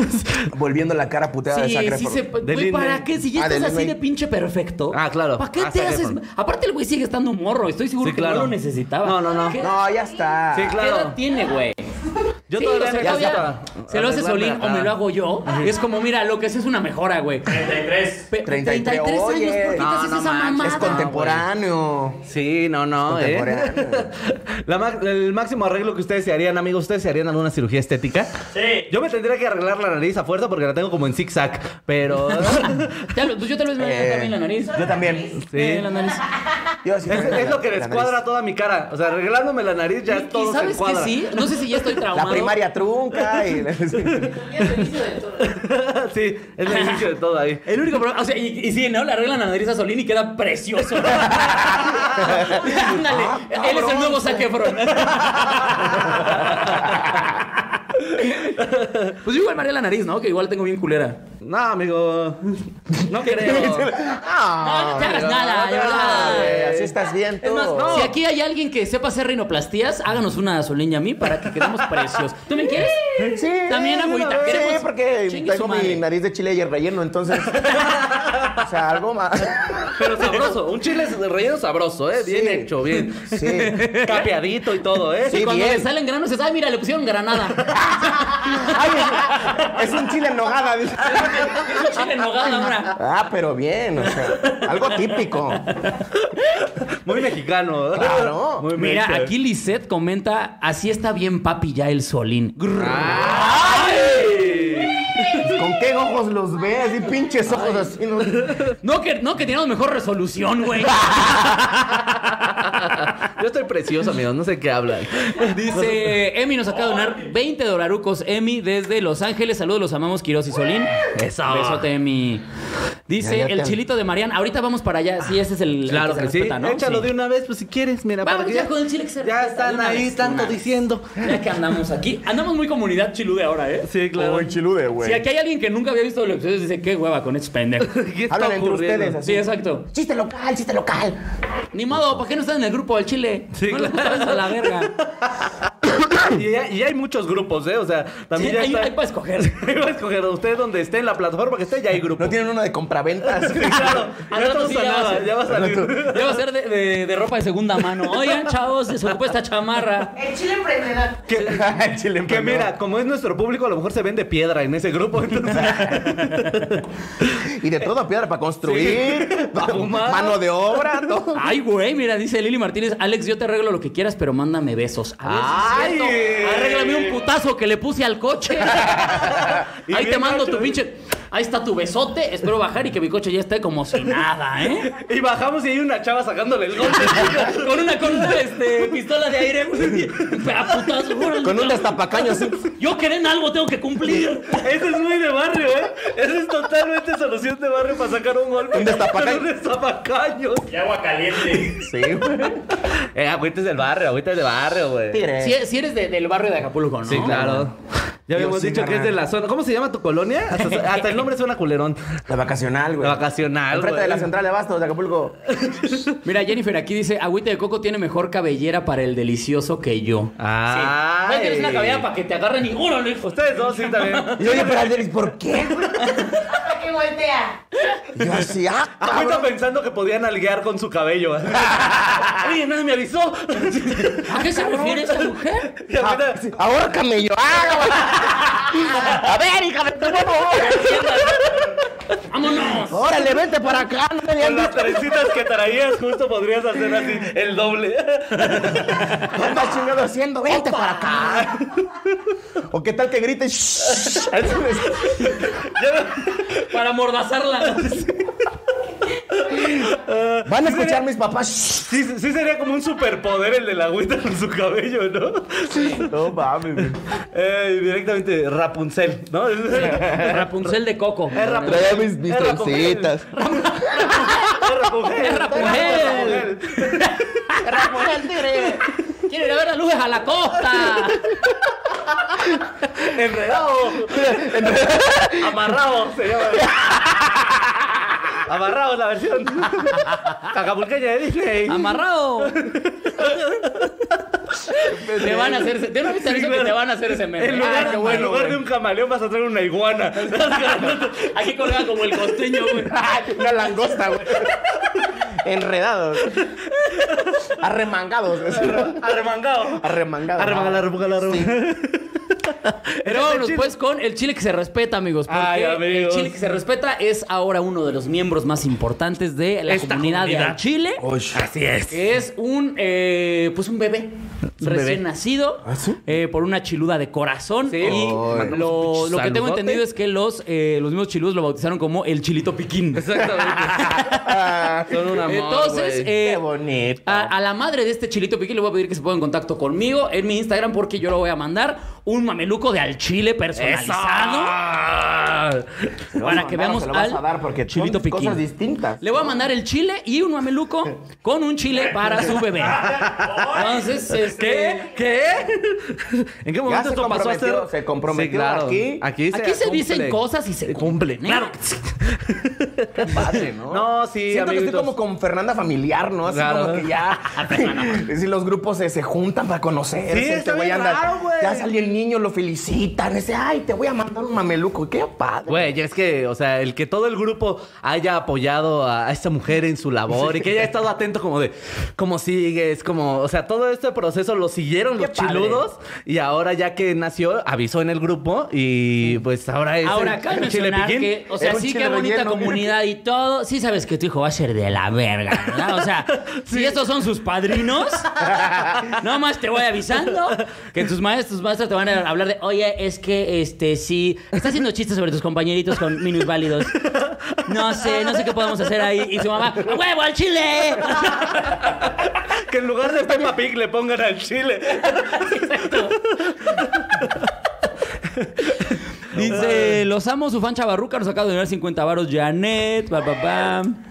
Speaker 5: Volviendo la cara puteada de
Speaker 3: Sí,
Speaker 5: sangre.
Speaker 3: sí
Speaker 5: por-
Speaker 3: se... güey,
Speaker 4: De Lin
Speaker 3: ¿para
Speaker 4: May.
Speaker 3: qué? Si ya
Speaker 5: Ah, de
Speaker 3: estás
Speaker 5: Lin
Speaker 3: así
Speaker 5: May.
Speaker 3: de pinche perfecto.
Speaker 4: Ah, claro.
Speaker 3: ¿Para qué
Speaker 4: Ah,
Speaker 3: te
Speaker 4: Zac
Speaker 3: haces...?
Speaker 4: Efron.
Speaker 3: Aparte el güey sigue estando morro. Estoy seguro
Speaker 4: Sí,
Speaker 3: que
Speaker 4: claro.
Speaker 3: no lo necesitaba.
Speaker 4: No, no, no.
Speaker 3: ¿Qué,
Speaker 5: No, ya está.
Speaker 4: Sí,
Speaker 3: qué
Speaker 4: claro.
Speaker 3: edad tiene, güey?
Speaker 4: Yo
Speaker 3: Sí,
Speaker 4: todavía
Speaker 3: o sea,
Speaker 4: ya
Speaker 3: todavía
Speaker 4: estaba-
Speaker 3: se lo hace
Speaker 4: arreglarme,
Speaker 3: Solín o
Speaker 4: ajá.
Speaker 3: me lo hago yo. Es como, mira, lo que es es una mejora, güey.
Speaker 7: 33.
Speaker 3: Pe-
Speaker 5: 33, oye.
Speaker 3: años, ¿por qué te
Speaker 5: No,
Speaker 3: haces
Speaker 4: no
Speaker 3: esa
Speaker 4: manches,
Speaker 3: mamada?
Speaker 5: Es contemporáneo.
Speaker 4: Sí, no, no, ¿eh?
Speaker 5: Contemporáneo.
Speaker 4: La ma- el máximo arreglo que ustedes se harían, amigos, ¿ustedes se harían alguna cirugía estética?
Speaker 7: Sí.
Speaker 4: Yo me tendría que arreglar la nariz a fuerza porque la tengo como en zigzag, pero...
Speaker 3: Ya lo- pues yo tal vez me hago
Speaker 5: Eh,
Speaker 3: también la nariz.
Speaker 5: Yo también.
Speaker 4: Sí.
Speaker 3: Eh, la nariz.
Speaker 5: Yo sí
Speaker 4: Es,
Speaker 5: tengo
Speaker 4: es
Speaker 5: la-
Speaker 4: lo que
Speaker 5: la
Speaker 4: les
Speaker 5: nariz.
Speaker 4: cuadra toda mi cara. O sea, arreglándome la nariz ya
Speaker 3: Y
Speaker 4: todo se
Speaker 3: sabes que
Speaker 4: cuadra.
Speaker 3: sí, no sé si ya estoy traumado.
Speaker 5: La primaria trunca y...
Speaker 4: sí, es el inicio de todo ahí.
Speaker 3: El único problema, o sea, y, y sí, ¿no? Le arreglan la nariz a Solín y queda precioso. Ándale,
Speaker 5: Ah,
Speaker 3: él es el
Speaker 5: cabrón.
Speaker 3: nuevo saquefron. pues yo igual me haría la nariz, ¿no? Que igual tengo bien culera.
Speaker 4: No, amigo. No creo.
Speaker 5: Ah,
Speaker 3: No, no te hagas nada, de
Speaker 5: ah,
Speaker 3: verdad.
Speaker 5: güey, así estás bien tú.
Speaker 3: Es más, si aquí hay alguien que sepa hacer rinoplastías, háganos una Solín y a mí para que quedemos precios. ¿Tú me quieres?
Speaker 5: Sí,
Speaker 3: También agüita,
Speaker 5: Sí,
Speaker 3: queremos-
Speaker 5: porque
Speaker 3: Chingue su
Speaker 5: tengo mi
Speaker 3: madre.
Speaker 5: nariz de chile y el relleno, entonces. o sea, algo más.
Speaker 4: Pero sabroso. Un chile relleno sabroso, ¿eh? Bien
Speaker 5: Sí.
Speaker 4: hecho, bien.
Speaker 5: Sí.
Speaker 4: Capeadito y todo, ¿eh?
Speaker 5: Sí.
Speaker 3: Y cuando
Speaker 5: bien.
Speaker 3: le salen granos, es, ay, mira, le pusieron granada.
Speaker 5: Ay, es, es un chile en nogada. dice.
Speaker 3: Es un chile en nogada, ahora.
Speaker 5: Ah, pero bien, o sea, algo típico.
Speaker 4: Muy mexicano.
Speaker 5: Claro.
Speaker 4: Muy
Speaker 3: Mira,
Speaker 4: mexa.
Speaker 3: aquí Lisette comenta, así está bien papi ya el solín. Grrr.
Speaker 4: ¡Ay!
Speaker 5: ¿Con qué ojos los ves? Así pinches ojos así. ¿no?
Speaker 3: No que, no que teníamos mejor resolución, güey.
Speaker 4: Yo estoy precioso, amigo. No sé qué hablan.
Speaker 3: Dice, Emi nos acaba de donar 20 dolarucos, Emi, desde Los Ángeles. Saludos, los amamos, Quiroz y Solín.
Speaker 4: Eso.
Speaker 3: Besote, Emi. Dice,
Speaker 5: Ya, ya
Speaker 3: el
Speaker 5: te-
Speaker 3: chilito de Marian. Ahorita vamos para allá. Sí, ese es el... el
Speaker 4: Claro
Speaker 3: se
Speaker 4: que sí.
Speaker 3: respeta, ¿no?
Speaker 4: Échalo
Speaker 3: Sí.
Speaker 4: de una vez, pues si quieres, mira.
Speaker 3: Vamos
Speaker 4: para que
Speaker 3: ya con el chile que se respeta,
Speaker 4: Ya
Speaker 3: de
Speaker 4: están
Speaker 3: una
Speaker 4: ahí
Speaker 3: vez, de
Speaker 4: tanto
Speaker 3: una vez.
Speaker 4: diciendo.
Speaker 3: Ya que andamos aquí. Andamos muy comunidad chilude ahora, ¿eh?
Speaker 4: Sí, claro.
Speaker 5: Como el chilude,
Speaker 3: Si
Speaker 5: güey.
Speaker 3: aquí hay alguien que nunca había visto los episodios, dice, qué hueva con estos pendejos.
Speaker 4: ¿Qué está
Speaker 5: Hablan entre
Speaker 4: ocurriendo?
Speaker 5: ustedes así.
Speaker 3: Sí, exacto.
Speaker 5: Chiste local, chiste local.
Speaker 3: Ni modo, ¿para qué no están en el grupo del Chile?
Speaker 4: Sí,
Speaker 3: no les gusta eso a la verga.
Speaker 4: Y, hay- y hay muchos grupos, ¿eh? O sea, también
Speaker 3: Sí,
Speaker 4: ya
Speaker 3: hay,
Speaker 4: está...
Speaker 3: hay para escoger.
Speaker 4: Ahí va a escoger usted donde esté en la plataforma que esté, ya hay grupo.
Speaker 5: No tienen uno de compraventas.
Speaker 4: Claro,
Speaker 3: Al
Speaker 4: ya
Speaker 3: rato
Speaker 4: no
Speaker 3: Ah, sí
Speaker 4: usa
Speaker 3: ya va a
Speaker 4: nada,
Speaker 3: ser.
Speaker 4: ya va a salir.
Speaker 3: Debe ser de, de- de ropa de segunda mano. Oigan, chavos, se ocupó esta chamarra.
Speaker 6: El chile emprendedor.
Speaker 5: El chile
Speaker 4: Que
Speaker 5: emprendedor.
Speaker 4: mira, como es nuestro público, a lo mejor se vende piedra en ese grupo. Entonces,
Speaker 5: Y de todo piedra para construir.
Speaker 4: Para fumar.
Speaker 5: Mano de obra, todo.
Speaker 3: Ay, güey, mira, dice Lili Martínez, Alex, yo te arreglo lo que quieras, pero mándame besos. A ver, si es cierto.
Speaker 4: Ay.
Speaker 3: Arréglame un putazo que le puse al coche.
Speaker 4: Y
Speaker 3: Ahí te
Speaker 4: bien
Speaker 3: mando
Speaker 4: gacho,
Speaker 3: tu
Speaker 4: ¿eh?
Speaker 3: pinche. Ahí está tu besote. Espero bajar y que mi coche ya esté como si nada, ¿eh?
Speaker 4: y bajamos y hay una chava sacándole el golpe.
Speaker 3: Con una, con una este, pistola de aire. A putazo, órale.
Speaker 5: Con un destapacaño así.
Speaker 3: Yo querer algo tengo que cumplir.
Speaker 4: Eso es muy de barrio, ¿eh? Eso es totalmente solución de barrio para sacar un golpe.
Speaker 5: Un destapacaños.
Speaker 4: Con un destapacaños.
Speaker 7: Y agua caliente.
Speaker 5: Sí, güey.
Speaker 4: Eh, agüita es del barrio, agüita es de barrio, güey.
Speaker 5: Tigre.
Speaker 3: Si, si eres de- del barrio de Acapulco, ¿no?
Speaker 4: Sí, claro. Ya habíamos
Speaker 5: Yo sí,
Speaker 4: dicho que es
Speaker 5: carnal.
Speaker 4: de la zona. ¿Cómo se llama tu colonia? Hasta, hasta el nombre suena culerón.
Speaker 5: La vacacional, güey.
Speaker 4: La vacacional,
Speaker 5: Enfrente
Speaker 4: güey.
Speaker 5: de la central de Abastos de Acapulco.
Speaker 3: Mira, Jennifer aquí dice, agüita de coco tiene mejor cabellera para el delicioso que yo.
Speaker 4: Ah.
Speaker 3: No tienes una cabellera para que te agarren y órale, hijo.
Speaker 4: Ustedes dos sí también.
Speaker 5: Y yo, oye, pero Alderis, ¿por qué? güey?
Speaker 6: ¿Para qué voltea?
Speaker 5: Y yo así, ah,
Speaker 4: Ahorita
Speaker 5: cabrón.
Speaker 4: pensando que podían alguear con su cabello. ¿eh? Oye, nadie me avisó.
Speaker 3: ¿A qué se refiere esta mujer?
Speaker 4: Y ahorita-
Speaker 5: Ah, Ahora camello. Ah, güey. a ver, hija de tu huevo.
Speaker 3: ¡Vámonos!
Speaker 5: Órale, vente para acá. No me
Speaker 4: Con
Speaker 5: habían
Speaker 4: las
Speaker 5: visto.
Speaker 4: trencitas que traías, justo podrías hacer así el doble.
Speaker 5: ¿Qué andas chingado haciendo? Vente para acá. O qué tal que grites. "Shh". Así me-
Speaker 3: Para amordazarla.
Speaker 5: Van a escuchar mis papás.
Speaker 4: Sí, sí sería como un superpoder el de la agüita con su cabello, ¿no?
Speaker 5: "Shh". No mames, güey.
Speaker 4: Eh, directamente Rapunzel, ¿no?
Speaker 3: Rapunzel de coco.
Speaker 4: Es Rapunzel.
Speaker 5: Traía mis, mis
Speaker 4: Era con él.
Speaker 5: trencitas.
Speaker 4: Rapunzel.
Speaker 3: Rapunzel. ¡Quiero ir a ver las luces a la costa!
Speaker 4: Enredado. Amarrado se llama. Amarrado es la versión. Acapulqueña de Disney.
Speaker 3: Ah, ¡Amarrado! Te van a hacer... Te no aviso que te van a hacer ese meme.
Speaker 4: En lugar,
Speaker 3: Ah, qué
Speaker 4: en
Speaker 3: bueno,
Speaker 4: lugar
Speaker 3: güey.
Speaker 4: de un camaleón vas a traer una iguana.
Speaker 3: Aquí colgaba como el costeño, güey.
Speaker 4: Este
Speaker 5: Una langosta, güey. Enredados. Arremangados. güey.
Speaker 4: Arremangado.
Speaker 5: Arremangado.
Speaker 4: Arremangado, arremangado, arremangado.
Speaker 3: Pero vámonos pues con el Chile que se respeta, amigos. Porque
Speaker 4: Ay, amigos.
Speaker 3: el Chile que se respeta es ahora uno de los miembros más importantes de la
Speaker 4: Esta
Speaker 3: comunidad, de
Speaker 4: comunidad.
Speaker 3: Al Chile.
Speaker 4: Así es.
Speaker 3: Que es un, eh, pues un bebé recién nacido eh, por una chiluda de corazón.
Speaker 4: ¿Ah, Sí.
Speaker 3: Y
Speaker 4: Ay.
Speaker 3: lo, lo que tengo
Speaker 4: Saludote.
Speaker 3: entendido es que los, eh, los mismos chiludos lo bautizaron como el chilito piquín.
Speaker 4: Exactamente. Son una
Speaker 3: Entonces, eh,
Speaker 5: Ah, Qué bonito.
Speaker 3: a, a la madre de este chilito piquín le voy a pedir que se ponga en contacto conmigo en mi Instagram porque yo le voy a mandar un mameluco de al chile personalizado.
Speaker 5: Se lo vas
Speaker 3: Para
Speaker 5: a
Speaker 3: que
Speaker 5: mandar o
Speaker 3: veamos
Speaker 5: se lo vas
Speaker 3: al
Speaker 5: a dar porque
Speaker 3: chilito
Speaker 5: son
Speaker 3: piquín.
Speaker 5: cosas distintas.
Speaker 3: Le voy a mandar el chile y un mameluco con un chile para su bebé. Entonces, este,
Speaker 4: ¿Qué? ¿Qué? ¿En qué momento
Speaker 5: se
Speaker 4: esto pasó a
Speaker 5: comprometió,
Speaker 4: ser?
Speaker 5: se comprometió aquí.
Speaker 4: Aquí se,
Speaker 3: Aquí se dicen
Speaker 4: cumple.
Speaker 3: cosas y se cumplen. ¿eh?
Speaker 4: Claro que sí.
Speaker 5: Qué padre, ¿no?
Speaker 4: No, sí,
Speaker 5: Siento que
Speaker 4: amiguitos.
Speaker 5: estoy como con Fernanda familiar, ¿no? Así
Speaker 4: Claro.
Speaker 5: como que ya. si los grupos se, se juntan para conocer.
Speaker 4: Sí, está bien raro, güey.
Speaker 5: Ya salió el niño, lo felicitan. Ese, ay, te voy a mandar un mameluco. Qué padre.
Speaker 4: Güey, ya es que, o sea, el que todo el grupo haya apoyado a, a esta mujer en su labor y que haya estado atento como de cómo sigues, como, o sea, todo este proceso lo siguieron
Speaker 5: Qué
Speaker 4: los
Speaker 5: padre.
Speaker 4: chiludos y ahora ya que nació, avisó en el grupo y pues ahora es
Speaker 3: Ahora,
Speaker 4: el
Speaker 3: cabe
Speaker 4: chile
Speaker 3: mencionar
Speaker 4: piquín.
Speaker 3: que, o sea,
Speaker 5: Era un
Speaker 3: sí,
Speaker 5: chile
Speaker 3: qué bonita
Speaker 5: relleno, mira.
Speaker 3: comunidad y todo. Sí sabes que tu hijo va a ser de la verga, ¿verdad? O sea, si estos son sus padrinos, nada más te voy avisando que tus maestros, tus maestras te van a hablar de, oye, es que, este, sí, está haciendo chistes sobre tus compañeritos con minusválidos. No sé, no sé qué podemos hacer ahí. Y su mamá, "¡A huevo al chile!
Speaker 4: Que en lugar de Peppa Pig le pongan al chile.
Speaker 3: Dice, los amo, su fan chavarruca, nos acaba de donar 50 varos, Janet, pa, pa, pam.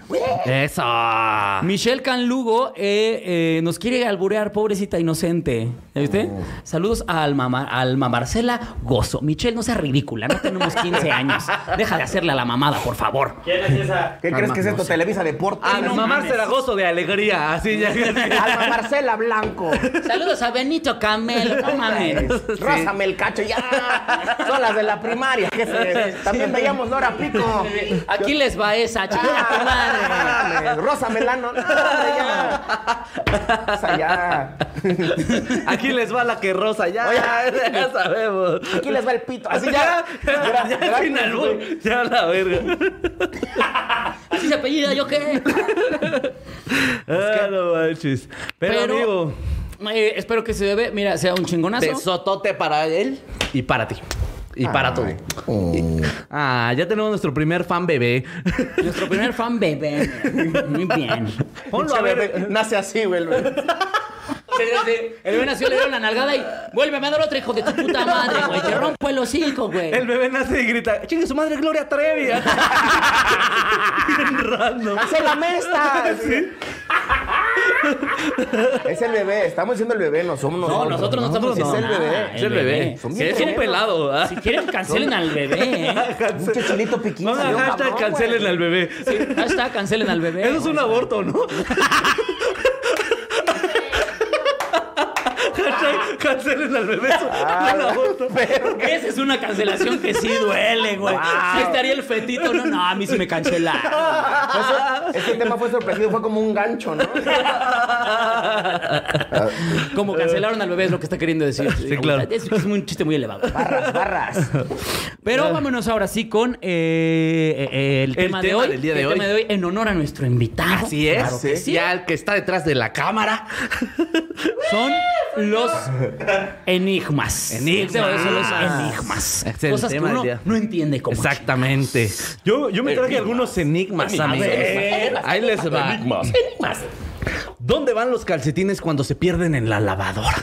Speaker 4: Eso. Ah.
Speaker 3: Michelle Canlugo eh, eh, nos quiere alburear, pobrecita inocente. ¿Ya viste? Saludos a Alma, Mar- Alma Marcela Gozo. Michelle, no seas ridícula, no tenemos 15 años. Deja de hacerle a la mamada, por favor.
Speaker 7: ¿Quién es esa?
Speaker 5: ¿Qué crees que es esto? Televisa Deportes.
Speaker 4: A mi mamá será gozo de alegría, así ya.
Speaker 5: Alma Marcela Blanco.
Speaker 3: Saludos a Benito Camel, no mames.
Speaker 5: Rásame el cacho, ya. Son las de la primaria. ¿qué se- También veíamos Nora Pico.
Speaker 3: Aquí les va esa, chica tu madre.
Speaker 5: Ah, mames, Rosa Melano. No, hombre, ya. O sea, ya.
Speaker 4: Aquí les va la que rosa, ya, ya sabemos.
Speaker 5: Aquí les va el pito. Así ya.
Speaker 4: ya, ya, sin albur, ya la verga.
Speaker 3: Así se apellida, ¿yo qué?
Speaker 4: Ah, no manches. Pero, amigo,
Speaker 3: eh, espero que se bebé, mira, sea un chingonazo.
Speaker 4: besotote para él y para ti. Y para todo.
Speaker 5: Mm.
Speaker 4: Ah, ya tenemos nuestro primer fan bebé.
Speaker 3: Nuestro primer fan bebé. Muy bien.
Speaker 4: Ponlo a ver.
Speaker 5: Nace así, güey. el bebé.
Speaker 3: El bebé nació, le dieron la nalgada y vuelve a dar otra hijo de tu puta madre, güey. Te rompo el hocico, güey.
Speaker 4: El bebé nace y grita, chingue su madre Gloria Trevi. Bien random.
Speaker 5: ¡Nace la mesta! Es el bebé. Estamos diciendo el bebé, no somos
Speaker 3: No,
Speaker 5: nosotros.
Speaker 3: nosotros no Ah, estamos
Speaker 5: Es el
Speaker 3: diciendo nada,
Speaker 5: bebé.
Speaker 4: Es el bebé.
Speaker 5: Son
Speaker 4: Sí,
Speaker 5: bien
Speaker 4: es un
Speaker 5: buenos.
Speaker 4: pelado. ah.
Speaker 3: Si quieren, cancelen al bebé. ¿eh?
Speaker 5: Un chicholito piquín.
Speaker 4: Pongan
Speaker 5: salió
Speaker 4: hashtag
Speaker 5: cabrón,
Speaker 4: cancelen
Speaker 5: güey.
Speaker 4: al bebé.
Speaker 3: Hashtag cancelen al bebé.
Speaker 4: Eso es un aborto, ¿no? Hashtag cancelen al bebé. Es un aborto.
Speaker 3: Esa es una cancelación que sí duele, güey. Sí estaría el fetito. No, no, a mí sí me cancela.
Speaker 5: Eso- Este tema fue sorpresivo, fue como un gancho, ¿no?
Speaker 3: Como cancelaron al bebé es lo que está queriendo decir. Sí,
Speaker 4: Eh. claro.
Speaker 3: Es, es un chiste muy elevado.
Speaker 5: Barras, barras.
Speaker 4: Eh.
Speaker 3: Pero vámonos ahora sí con eh, eh, el tema, de
Speaker 4: tema
Speaker 3: hoy.
Speaker 4: del día de
Speaker 3: el
Speaker 4: hoy.
Speaker 3: tema de hoy en honor a nuestro invitado.
Speaker 4: Así es.
Speaker 3: Claro que sí.
Speaker 4: Ya el que está detrás de la cámara.
Speaker 3: son los enigmas.
Speaker 4: Enigmas.
Speaker 3: El tema de hoy son los enigmas.
Speaker 4: Es el
Speaker 3: Cosas que
Speaker 4: tema del
Speaker 3: uno
Speaker 4: día.
Speaker 3: no entiende cómo.
Speaker 4: Exactamente. Yo, yo me traje algunos Eh, enigmas, Eh, amigos. Ahí les va. Enigmas. ¿Dónde van los calcetines cuando se pierden en la lavadora?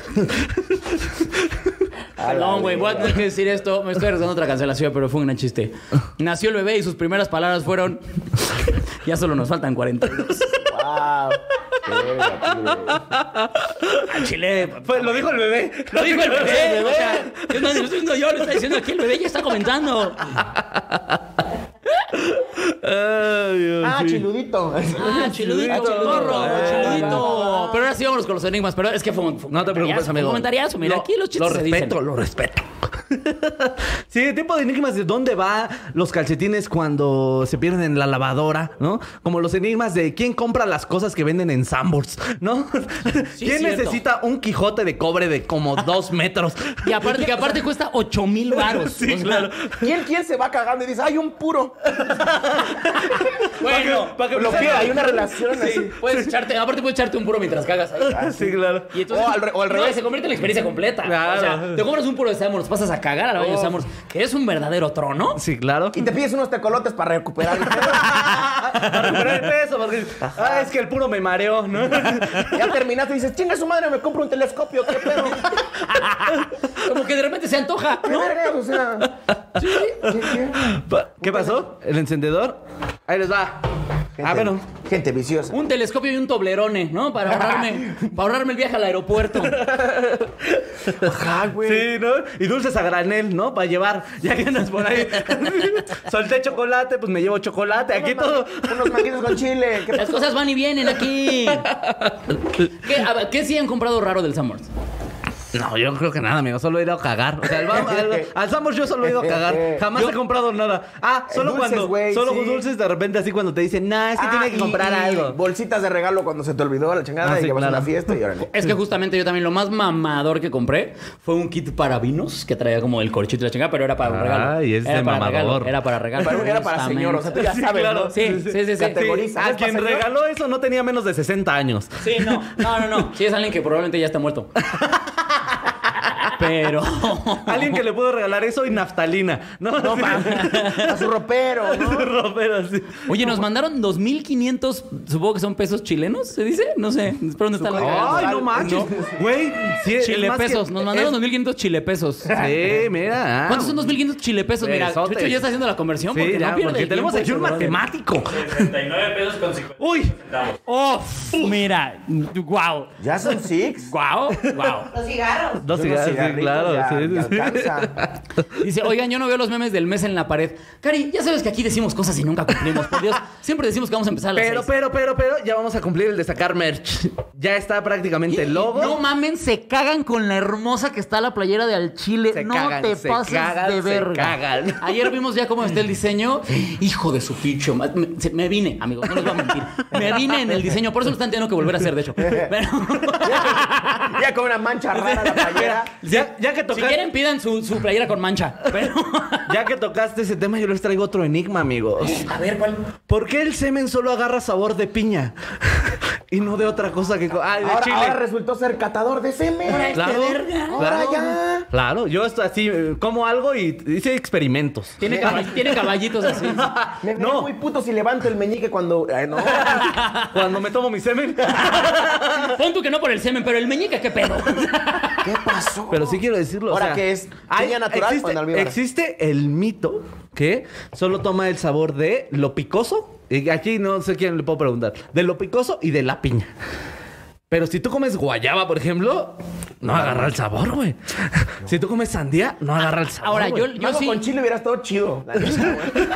Speaker 3: Perdón, güey, voy a tener que decir esto. Me estoy rezando otra cancelación, pero fue un gran chiste. Nació el bebé y sus primeras palabras fueron... ya solo nos faltan 42.
Speaker 5: Wow.
Speaker 3: Al Chile.
Speaker 4: Pues lo dijo el bebé.
Speaker 3: Lo dijo el bebé. O sea, es más, lo estoy diciendo yo, lo está diciendo aquí. El bebé ya está comentando.
Speaker 4: Ah, Ay, Dios
Speaker 5: Ah,
Speaker 4: mío.
Speaker 5: chiludito.
Speaker 3: Ah, chiludito,
Speaker 5: Ah, chiludito.
Speaker 3: morro,
Speaker 5: Ah,
Speaker 3: chiludito. Pero ahora sí vámonos con los enigmas. Pero es que fue un... fue un
Speaker 4: No te preocupes,
Speaker 3: comentariazo,
Speaker 4: amigo.
Speaker 3: un comentariazo. Mira,
Speaker 4: Lo-
Speaker 3: aquí los chistes
Speaker 4: Lo
Speaker 3: se
Speaker 4: respeto,
Speaker 3: dicen.
Speaker 4: lo respeto. sí, tipo de enigmas de dónde va los calcetines cuando se pierden en la lavadora, ¿no? Como los enigmas de quién compra las cosas que venden en Sambors, ¿no? ¿Quién
Speaker 3: cierto.
Speaker 4: necesita un Quijote de cobre de como dos metros?
Speaker 3: Y aparte, que aparte cuesta 8 mil baros.
Speaker 4: Sí, claro.
Speaker 5: ¿Quién, ¿Quién se va cagando y dice, hay un puro?
Speaker 3: Bueno,
Speaker 4: Para que-
Speaker 5: Lo que hay una relación así.
Speaker 3: sí, puedes echarte, aparte puedes echarte un puro mientras cagas ahí.
Speaker 4: Ah, Sí, claro.
Speaker 3: Y entonces,
Speaker 5: O al re- o al
Speaker 3: no,
Speaker 5: revés.
Speaker 3: se convierte en la experiencia completa.
Speaker 4: Claro. Oh.
Speaker 3: O sea, te compras un puro de Samors, pasas a cagar al baño de Samors, que es un verdadero trono.
Speaker 4: Sí, claro.
Speaker 5: Y te pides unos tecolotes para recuperar el pelo.
Speaker 4: Para recuperar el peso, porque- Ah, es que el puro me mareó, ¿no?
Speaker 5: Ya terminaste y dices, chinga su madre, me compro un telescopio, qué pedo.
Speaker 3: Como que de repente se antoja,
Speaker 5: ¿Qué
Speaker 3: ¿no?
Speaker 5: vergas? O sea. ¿qué- qué?
Speaker 4: Pa- ¿Qué pasó? ¿El encendedor? Ahí les va.
Speaker 5: Gente-
Speaker 4: Ah, bueno.
Speaker 5: Gente viciosa.
Speaker 3: Un telescopio y un toblerone, ¿no? Para ahorrarme, para ahorrarme el viaje al aeropuerto.
Speaker 5: Ajá, güey.
Speaker 4: Sí, ¿no? Y dulces a granel, ¿no? Para llevar, ya que andas por ahí. Solté chocolate, pues me llevo chocolate. Aquí todo.
Speaker 5: Unos manguitos con chile. ¿qué
Speaker 3: Las cosas van y vienen aquí. ¿Qué, a ver, ¿qué sí han comprado raro del Samors?
Speaker 4: No, yo creo que nada, amigo. Solo he ido a cagar. O sea, al, al- al Sambors yo solo he ido a cagar. Jamás he comprado nada. Ah, solo
Speaker 5: Dulces,
Speaker 4: cuando.
Speaker 5: güey,
Speaker 4: solo
Speaker 5: sí.
Speaker 4: dulces de repente, así cuando te dicen, nah, es que
Speaker 5: Ah,
Speaker 4: tiene que
Speaker 5: y-
Speaker 4: comprar
Speaker 5: y
Speaker 4: algo.
Speaker 5: Bolsitas de regalo cuando se te olvidó la chingada
Speaker 4: Ah,
Speaker 5: y
Speaker 4: sí,
Speaker 5: llevas a
Speaker 4: claro.
Speaker 5: una fiesta y órale.
Speaker 3: Es que justamente yo también lo más mamador que compré fue un kit para vinos que traía como el corchito y la chingada, pero era para un regalo.
Speaker 4: Ay, es
Speaker 3: era
Speaker 4: de
Speaker 3: para
Speaker 4: mamador.
Speaker 3: regalo, era para regalo.
Speaker 5: Pero era para
Speaker 3: justamente.
Speaker 5: señor, o sea, tú ya sabes, ¿no?
Speaker 3: Sí, sí, sí, sí.
Speaker 5: Categoriza.
Speaker 4: A
Speaker 5: ¿Es para
Speaker 4: quien
Speaker 5: señor?
Speaker 4: regaló eso no tenía menos de 60 años.
Speaker 3: Sí, no, no, no, no. Sí, es alguien que probablemente ya está muerto. Pero.
Speaker 4: Alguien que le pudo regalar eso y naftalina. No, no
Speaker 5: A su ropero, ¿no?
Speaker 4: Ropero, así.
Speaker 3: Oye, nos mandaron 2.500, supongo que son pesos chilenos, ¿se dice? No sé, espero no estar
Speaker 5: Ay,
Speaker 4: Ay,
Speaker 3: la
Speaker 4: no manches. Güey, sí, es
Speaker 3: Chile
Speaker 4: más que-
Speaker 3: pesos, nos mandaron 2.500 chile pesos.
Speaker 4: es- Sí, mira. ah.
Speaker 3: ¿Cuántos son 2.500 chile pesos? Mira,
Speaker 4: Pesotes.
Speaker 3: Chucho ya está haciendo la conversión
Speaker 4: Sí,
Speaker 3: porque
Speaker 4: ya,
Speaker 3: no pierde
Speaker 4: porque
Speaker 3: el
Speaker 4: tenemos
Speaker 3: tiempo,
Speaker 4: aquí un
Speaker 3: seguro.
Speaker 4: matemático.
Speaker 7: 69 pesos con 50
Speaker 4: Uy.
Speaker 7: centavos.
Speaker 3: ¡Oh! Mira, wow,
Speaker 5: Ya son six.
Speaker 3: wow, wow.
Speaker 6: Los cigarros.
Speaker 4: Dos
Speaker 5: Unos
Speaker 4: cigarros, sí,
Speaker 5: cigarritos
Speaker 4: claro.
Speaker 5: ya-
Speaker 4: sí,
Speaker 5: ya
Speaker 4: sí, sí.
Speaker 5: alcanza.
Speaker 3: Dice, oigan, yo no veo los memes del mes en la pared. Cari, ya sabes que aquí decimos cosas y nunca cumplimos. Por Dios, siempre decimos que vamos a empezar a las
Speaker 4: Pero,
Speaker 3: seis.
Speaker 4: pero, pero, pero, ya vamos a cumplir el de sacar merch. Ya está prácticamente el logo.
Speaker 3: No mamen, se cagan con la hermosa que está la playera de al chile.
Speaker 4: Se
Speaker 3: no
Speaker 4: cagan,
Speaker 3: te
Speaker 4: se
Speaker 3: pases
Speaker 4: cagan,
Speaker 3: de
Speaker 4: se
Speaker 3: verga.
Speaker 4: cagan.
Speaker 3: Ayer vimos ya cómo está el diseño. Hijo de su ficho. Me, se- me vine, amigos, no les voy a mentir. Me vine en el diseño, por eso lo están teniendo que volver a hacer, de hecho. Pero
Speaker 5: Ya con una mancha rara la playera.
Speaker 4: Ya, ya que
Speaker 3: si
Speaker 4: tocaste,
Speaker 3: quieren pidan su, su playera con mancha. Pero
Speaker 4: ya que tocaste ese tema, yo les traigo otro enigma, amigos.
Speaker 3: Eh, a ver cuál.
Speaker 4: ¿Por qué el semen solo agarra sabor de piña? y no de otra cosa que... co- Ah, de
Speaker 5: Ahora,
Speaker 4: chile.
Speaker 5: ahora resultó ser catador de semen.
Speaker 4: Claro,
Speaker 5: Ahora ya.
Speaker 4: Claro, yo estoy así, eh, como algo y hice experimentos.
Speaker 3: Tiene, caball- tiene caballitos así.
Speaker 5: Me veo
Speaker 4: No.
Speaker 5: muy puto si levanto el meñique cuando. Ay, no.
Speaker 4: Cuando me tomo mi semen.
Speaker 3: Pon tú que no por el semen, pero el meñique, qué pedo.
Speaker 5: ¿Qué pasó?
Speaker 4: Pero sí quiero decirlo.
Speaker 5: Ahora
Speaker 4: o sea,
Speaker 5: que es
Speaker 4: hay-
Speaker 5: piña natural
Speaker 4: existe,
Speaker 5: con almíbar.
Speaker 4: existe el mito que solo toma el sabor de lo picoso. Y aquí no sé quién le puedo preguntar. De lo picoso y de la piña. Pero si tú comes guayaba, por ejemplo, no agarra el sabor, güey. Si tú comes sandía, no agarra el sabor.
Speaker 3: Ahora,
Speaker 4: Ah, güey.
Speaker 3: yo, yo
Speaker 5: Mango
Speaker 3: sí.
Speaker 5: con chile hubiera estado chido. la neta, güey.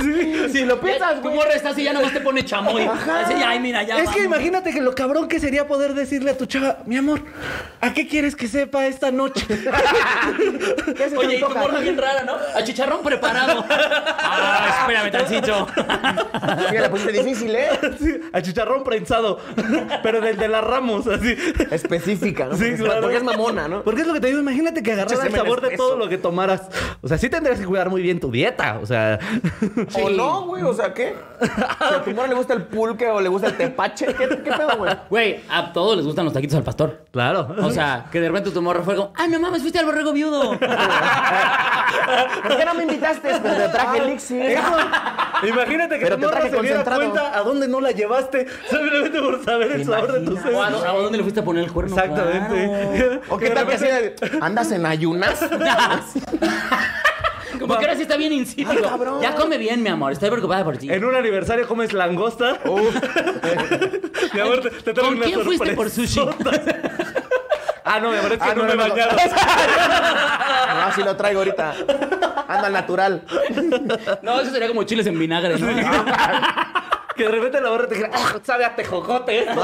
Speaker 4: Sí,
Speaker 5: Si lo
Speaker 3: Ya,
Speaker 5: piensas,
Speaker 3: Tu
Speaker 5: güey.
Speaker 3: morra está así, ya nomás te pone chamoy.
Speaker 5: Ajá.
Speaker 3: Así, ay, mira, ya.
Speaker 4: es que
Speaker 3: vamos.
Speaker 4: imagínate que lo cabrón que sería poder decirle a tu chava, mi amor, ¿a qué quieres que sepa esta noche?
Speaker 5: ¿Qué se te
Speaker 3: Oye, y tu
Speaker 5: antoja?
Speaker 3: morra bien rara, ¿no? A chicharrón preparado. Ah, espérame, tancito.
Speaker 5: Mira, la pusiste difícil, ¿eh?
Speaker 4: Sí, a chicharrón prensado, pero del de las Ramos, así.
Speaker 5: Específica, ¿no?
Speaker 4: Sí,
Speaker 5: porque, es-
Speaker 4: claro.
Speaker 5: porque es mamona, ¿no?
Speaker 4: Porque es lo que te digo, imagínate que agarras
Speaker 5: Pinche
Speaker 4: el
Speaker 5: semen
Speaker 4: sabor de
Speaker 5: espeso.
Speaker 4: todo lo que tomaras. O sea, sí tendrías que cuidar muy bien tu dieta, o sea...
Speaker 5: O no, güey, o sea, ¿qué? O sea, ¿A tu morra le gusta el pulque o le gusta el tepache? ¿Qué, qué pedo, güey?
Speaker 3: Güey, a todos les gustan los taquitos al pastor.
Speaker 4: Claro.
Speaker 3: O sea, que de repente tu morra fue como, ah, no mames, fuiste al borrego viudo.
Speaker 5: ¿Por qué no me invitaste? Pues te traje elixir.
Speaker 4: Eso, imagínate que
Speaker 5: Pero
Speaker 4: tu
Speaker 5: te
Speaker 4: morra
Speaker 5: traje
Speaker 4: se diera
Speaker 5: concentrado.
Speaker 4: cuenta a dónde no la llevaste simplemente por saber el sabor de tu
Speaker 3: O a,
Speaker 4: semen.
Speaker 3: a dónde le fuiste a poner el cuerno?
Speaker 4: Exactamente.
Speaker 5: ¿O qué
Speaker 4: De
Speaker 5: tal que así
Speaker 4: repente-
Speaker 5: de- ¿Andas en ayunas?
Speaker 3: Claro. Como que ahora sí está bien in sitio.
Speaker 5: Ah, cabrón.
Speaker 3: ya come bien, mi amor. Estoy preocupada por ti.
Speaker 4: En un aniversario comes langosta.
Speaker 5: Uh,
Speaker 4: mi amor, te, te traigo
Speaker 3: ¿Con
Speaker 4: una
Speaker 3: quién fuiste por
Speaker 4: sorpresa.
Speaker 3: sushi?
Speaker 4: Ah, no, mi amor, es que
Speaker 5: Ah,
Speaker 4: no,
Speaker 5: no,
Speaker 4: me he
Speaker 5: no, no.
Speaker 4: bañado.
Speaker 5: No, sí lo traigo ahorita. Ando al natural.
Speaker 3: No, eso sería como chiles en vinagre, ¿no?
Speaker 4: Que de repente la borra te dijera, "Ah, sabe a tejocote.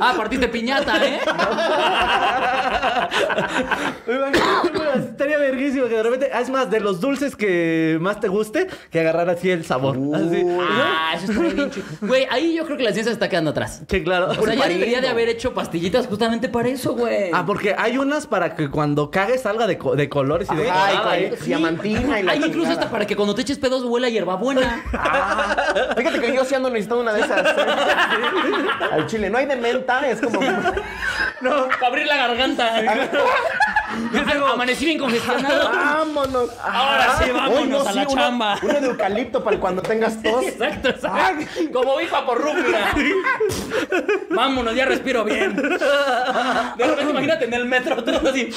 Speaker 3: Ah, partiste piñata, ¿eh?
Speaker 4: Me imagino, Estaría verguísimo que de repente, ah, es más, de los dulces que más te guste, que agarrar así el sabor.
Speaker 5: Uh.
Speaker 4: Así.
Speaker 3: Ah, eso está bien chido. Güey, ahí yo creo que la ciencia se está quedando atrás.
Speaker 4: Sí, claro.
Speaker 3: O sea, ya debería de haber hecho pastillitas justamente para eso, güey.
Speaker 4: Ah, porque hay unas para que cuando cagues salga de, co- de colores y de
Speaker 5: Ajá, y
Speaker 4: colorada,
Speaker 5: con
Speaker 4: ¿eh?
Speaker 5: diamantina y la
Speaker 3: Hay incluso
Speaker 5: chingada.
Speaker 3: hasta para que cuando te eches pedos huela a hierbabuena.
Speaker 5: Ah, fíjate que yo sí ando necesitando una de esas. ¿eh? Al chile, no hay de menta, es como.
Speaker 3: Para abrir la garganta. Am- Amanecí bien congestionado.
Speaker 5: Vámonos.
Speaker 3: Ahora sí,
Speaker 5: Hoy
Speaker 3: vámonos a la
Speaker 5: una-
Speaker 3: chamba.
Speaker 5: Una, de eucalipto para cuando tengas tos.
Speaker 3: Exacto,
Speaker 5: Ah,
Speaker 3: exacto. Como bifa por rúcula. Vámonos, ya respiro bien. De repente imagínate en el metro todo así.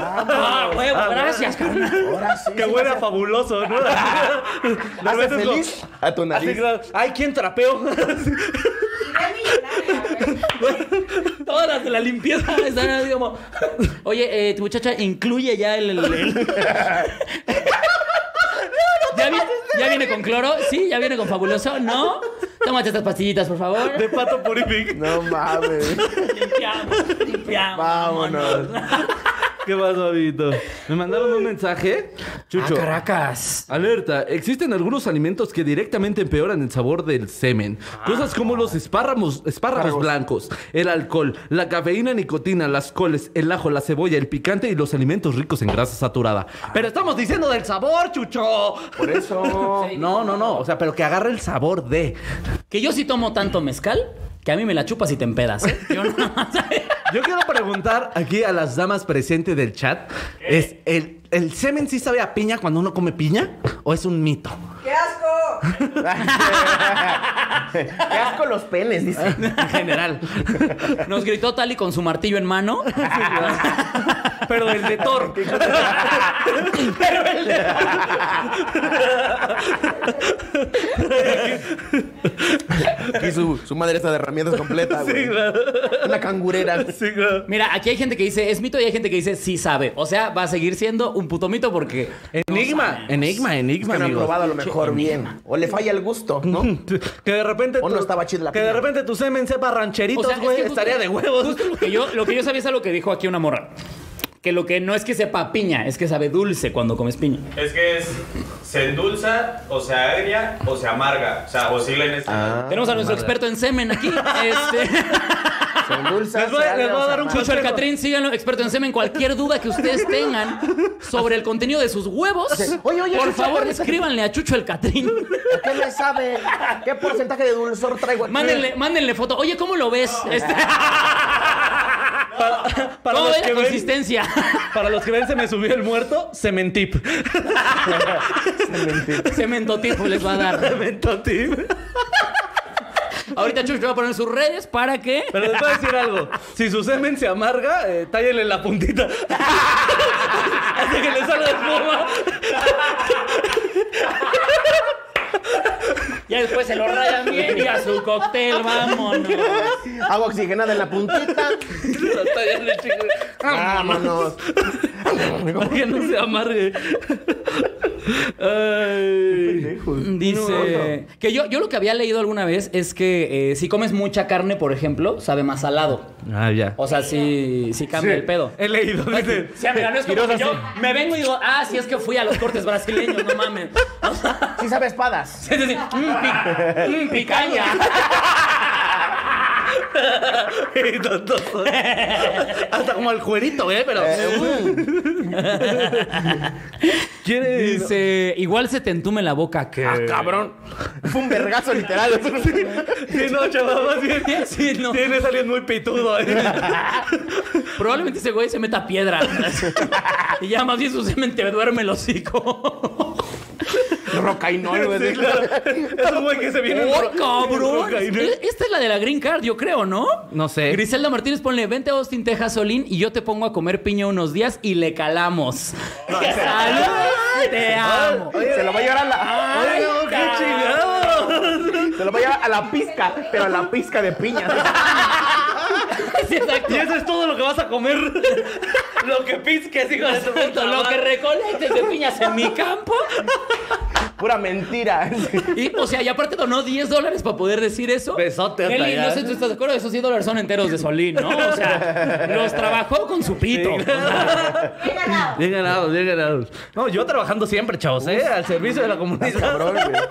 Speaker 3: Ah, huevo, gracias, carnal.
Speaker 5: Ahora sí.
Speaker 4: "Ah, Que
Speaker 5: sí,
Speaker 4: huele a
Speaker 5: hace-
Speaker 4: fabuloso, ¿no? De
Speaker 5: hace
Speaker 4: repente es lo-
Speaker 5: feliz a tu
Speaker 4: Así,
Speaker 5: nariz.
Speaker 4: claro. Ay, ¿quién trapeó?
Speaker 3: Todas las de la limpieza están así como. Oye, eh, tu muchacha incluye ya el. el- el- ¿Ya, vi- ya viene con cloro? Sí, ya viene con fabuloso. ¿No? Tómate estas pastillitas, por favor.
Speaker 4: De pato purific.
Speaker 5: No mames.
Speaker 3: Limpiamos, limpiamos.
Speaker 5: Vámonos.
Speaker 4: ¿Qué pasó, amiguito? Me mandaron un mensaje.
Speaker 5: Ah,
Speaker 4: Chucho.
Speaker 3: Caracas.
Speaker 4: Alerta, existen algunos alimentos que directamente empeoran el sabor del semen. Cosas como los espárramos- espárragos blancos, el alcohol, la cafeína, nicotina, las coles, el ajo, la cebolla, el picante y los alimentos ricos en grasa saturada. Pero estamos diciendo del sabor, chucho.
Speaker 5: Por eso.
Speaker 4: No, no, no, o sea, pero que agarre el sabor de.
Speaker 3: Que yo sí tomo tanto mezcal que a mí me la chupas y te empedas. ¿eh? Yo nada más.
Speaker 4: Yo quiero preguntar aquí a las damas presentes del chat, ¿es el, el semen sí sabe a piña cuando uno come piña o es un mito?
Speaker 6: ¡Qué asco!
Speaker 5: Qué asco los penes, dice.
Speaker 4: En general.
Speaker 3: Nos gritó Tali con su martillo en mano.
Speaker 4: Pero el de Thor. Pero el de
Speaker 5: Y su, su madre está de herramientas completa, güey. Una cangurera.
Speaker 3: Mira, aquí hay gente que dice es mito y hay gente que dice sí sabe. O sea, va a seguir siendo un puto mito porque.
Speaker 4: Enigma, enigma,
Speaker 5: Es
Speaker 4: enigma,
Speaker 5: que no han
Speaker 4: amigos.
Speaker 5: probado a lo mejor bien. O le falla el gusto, ¿no?
Speaker 4: Que de repente.
Speaker 5: O no
Speaker 4: tu-
Speaker 5: estaba chida la
Speaker 4: Que de
Speaker 5: piña.
Speaker 4: repente tu semen sepa rancheritos,
Speaker 3: O sea, es
Speaker 4: güey.
Speaker 3: que justo-
Speaker 4: estaría de huevos.
Speaker 3: justo lo que, yo, lo que yo sabía es algo que dijo aquí una morra. Que lo que no es que sepa piña, es que sabe dulce cuando comes piña.
Speaker 7: Es que es. Se endulza, o se agria, o se amarga. O sea, oscila en
Speaker 6: Ah,
Speaker 7: este.
Speaker 5: Ah,
Speaker 3: Tenemos a nuestro experto en semen aquí. Este...
Speaker 5: Se endulza.
Speaker 4: Les voy-
Speaker 5: se abre,
Speaker 4: les voy a
Speaker 5: o
Speaker 4: dar
Speaker 5: sea,
Speaker 4: un
Speaker 5: mal.
Speaker 3: Chucho el Catrín, síganlo, experto en semen. Cualquier duda que ustedes tengan sobre el contenido de sus huevos,
Speaker 5: Oye, oye,
Speaker 3: por
Speaker 5: Chucho,
Speaker 3: favor,
Speaker 5: espérate.
Speaker 3: escríbanle a Chucho el Catrín.
Speaker 5: ¿A ¿Qué le sabe? ¿Qué porcentaje de dulzor traigo aquí?
Speaker 3: Mándenle, mándenle foto. Oye, ¿cómo lo ves? Este,
Speaker 4: Para, para
Speaker 3: ¿Cómo
Speaker 4: los
Speaker 3: ves
Speaker 4: que
Speaker 3: la
Speaker 4: ven,
Speaker 3: consistencia?
Speaker 4: para los que ven, se me subió el muerto, sementip.
Speaker 3: Cementotipo les va a dar.
Speaker 4: Sementotip.
Speaker 3: Ahorita Chucho va a poner sus redes para que.
Speaker 4: Pero les voy a decir algo. Si su semen se amarga, eh, tállenle la puntita. Hasta que le salga espuma.
Speaker 3: Ya después se lo rayan bien y a su cóctel, vámonos.
Speaker 5: Agua oxigenada en la puntita.
Speaker 4: Tállenle, chicos.
Speaker 5: Vámonos.
Speaker 4: Para que no se amargue. Ay.
Speaker 3: Dice que yo, yo lo que había leído alguna vez es que eh, si comes mucha carne, por ejemplo, sabe más salado.
Speaker 4: Ah, ya.
Speaker 3: O sea, sí, sí cambia el pedo.
Speaker 4: He leído, dice.
Speaker 3: Sí, amiga, no es como que yo me vengo y digo, ah, sí es que fui a los cortes brasileños, no mames. O sea,
Speaker 5: Sí sabe espadas.
Speaker 3: es decir, mm, pi- mm, picaña.
Speaker 4: Tontoso. Hasta como el juerito, ¿eh? Pero. mm. ¿Quiere? Ah,
Speaker 3: Dice, igual se te entume la boca que.
Speaker 5: Cabrón. Fue un vergazo literal.
Speaker 4: Sí, no, chaval, más bien.
Speaker 3: Sí, no.
Speaker 4: Tiene alguien muy pitudo. ¿eh?
Speaker 3: Probablemente ese güey se meta piedra. y ya más bien su semen te duerme el hocico.
Speaker 5: Rocainol, güey.
Speaker 4: Sí, claro. Es un güey que se viene. en
Speaker 3: ¡Oh,
Speaker 4: ro- en
Speaker 3: cabrón!
Speaker 4: roca y no-
Speaker 3: E- Esta es la de la Green Card, yo creo, ¿no?
Speaker 4: No sé.
Speaker 3: Griselda Martínez, ponle, vente a Austin, Texas, Solín, y yo te pongo a comer piña unos días y le calamos. ¡Salud! ¡Te amo!
Speaker 5: Se lo va a llevar a la.
Speaker 4: ¡Ay, no, qué chingado!
Speaker 5: Se lo va a llevar a la pizca, pero a la pizca de piña.
Speaker 3: Sí, exacto.
Speaker 4: Y eso es todo lo que vas a comer. Lo que pizques, hijo de tu puta
Speaker 3: Exacto, lo que
Speaker 4: madre.
Speaker 3: recolectes de piñas en mi campo,
Speaker 5: Pura mentira.
Speaker 3: Y, o sea, y aparte donó 10 dólares para poder decir eso.
Speaker 4: Besote hasta
Speaker 3: Nelly,
Speaker 4: allá.
Speaker 3: no sé si tú estás de acuerdo, esos 10 dólares son enteros de Solín, ¿no? O sea, los trabajó con su pito.
Speaker 6: Bien ganado.
Speaker 4: Bien ganados, bien ganados. No, yo trabajando siempre, chavos, ¿eh? Al servicio de la comunidad.
Speaker 5: Cabrón, güey.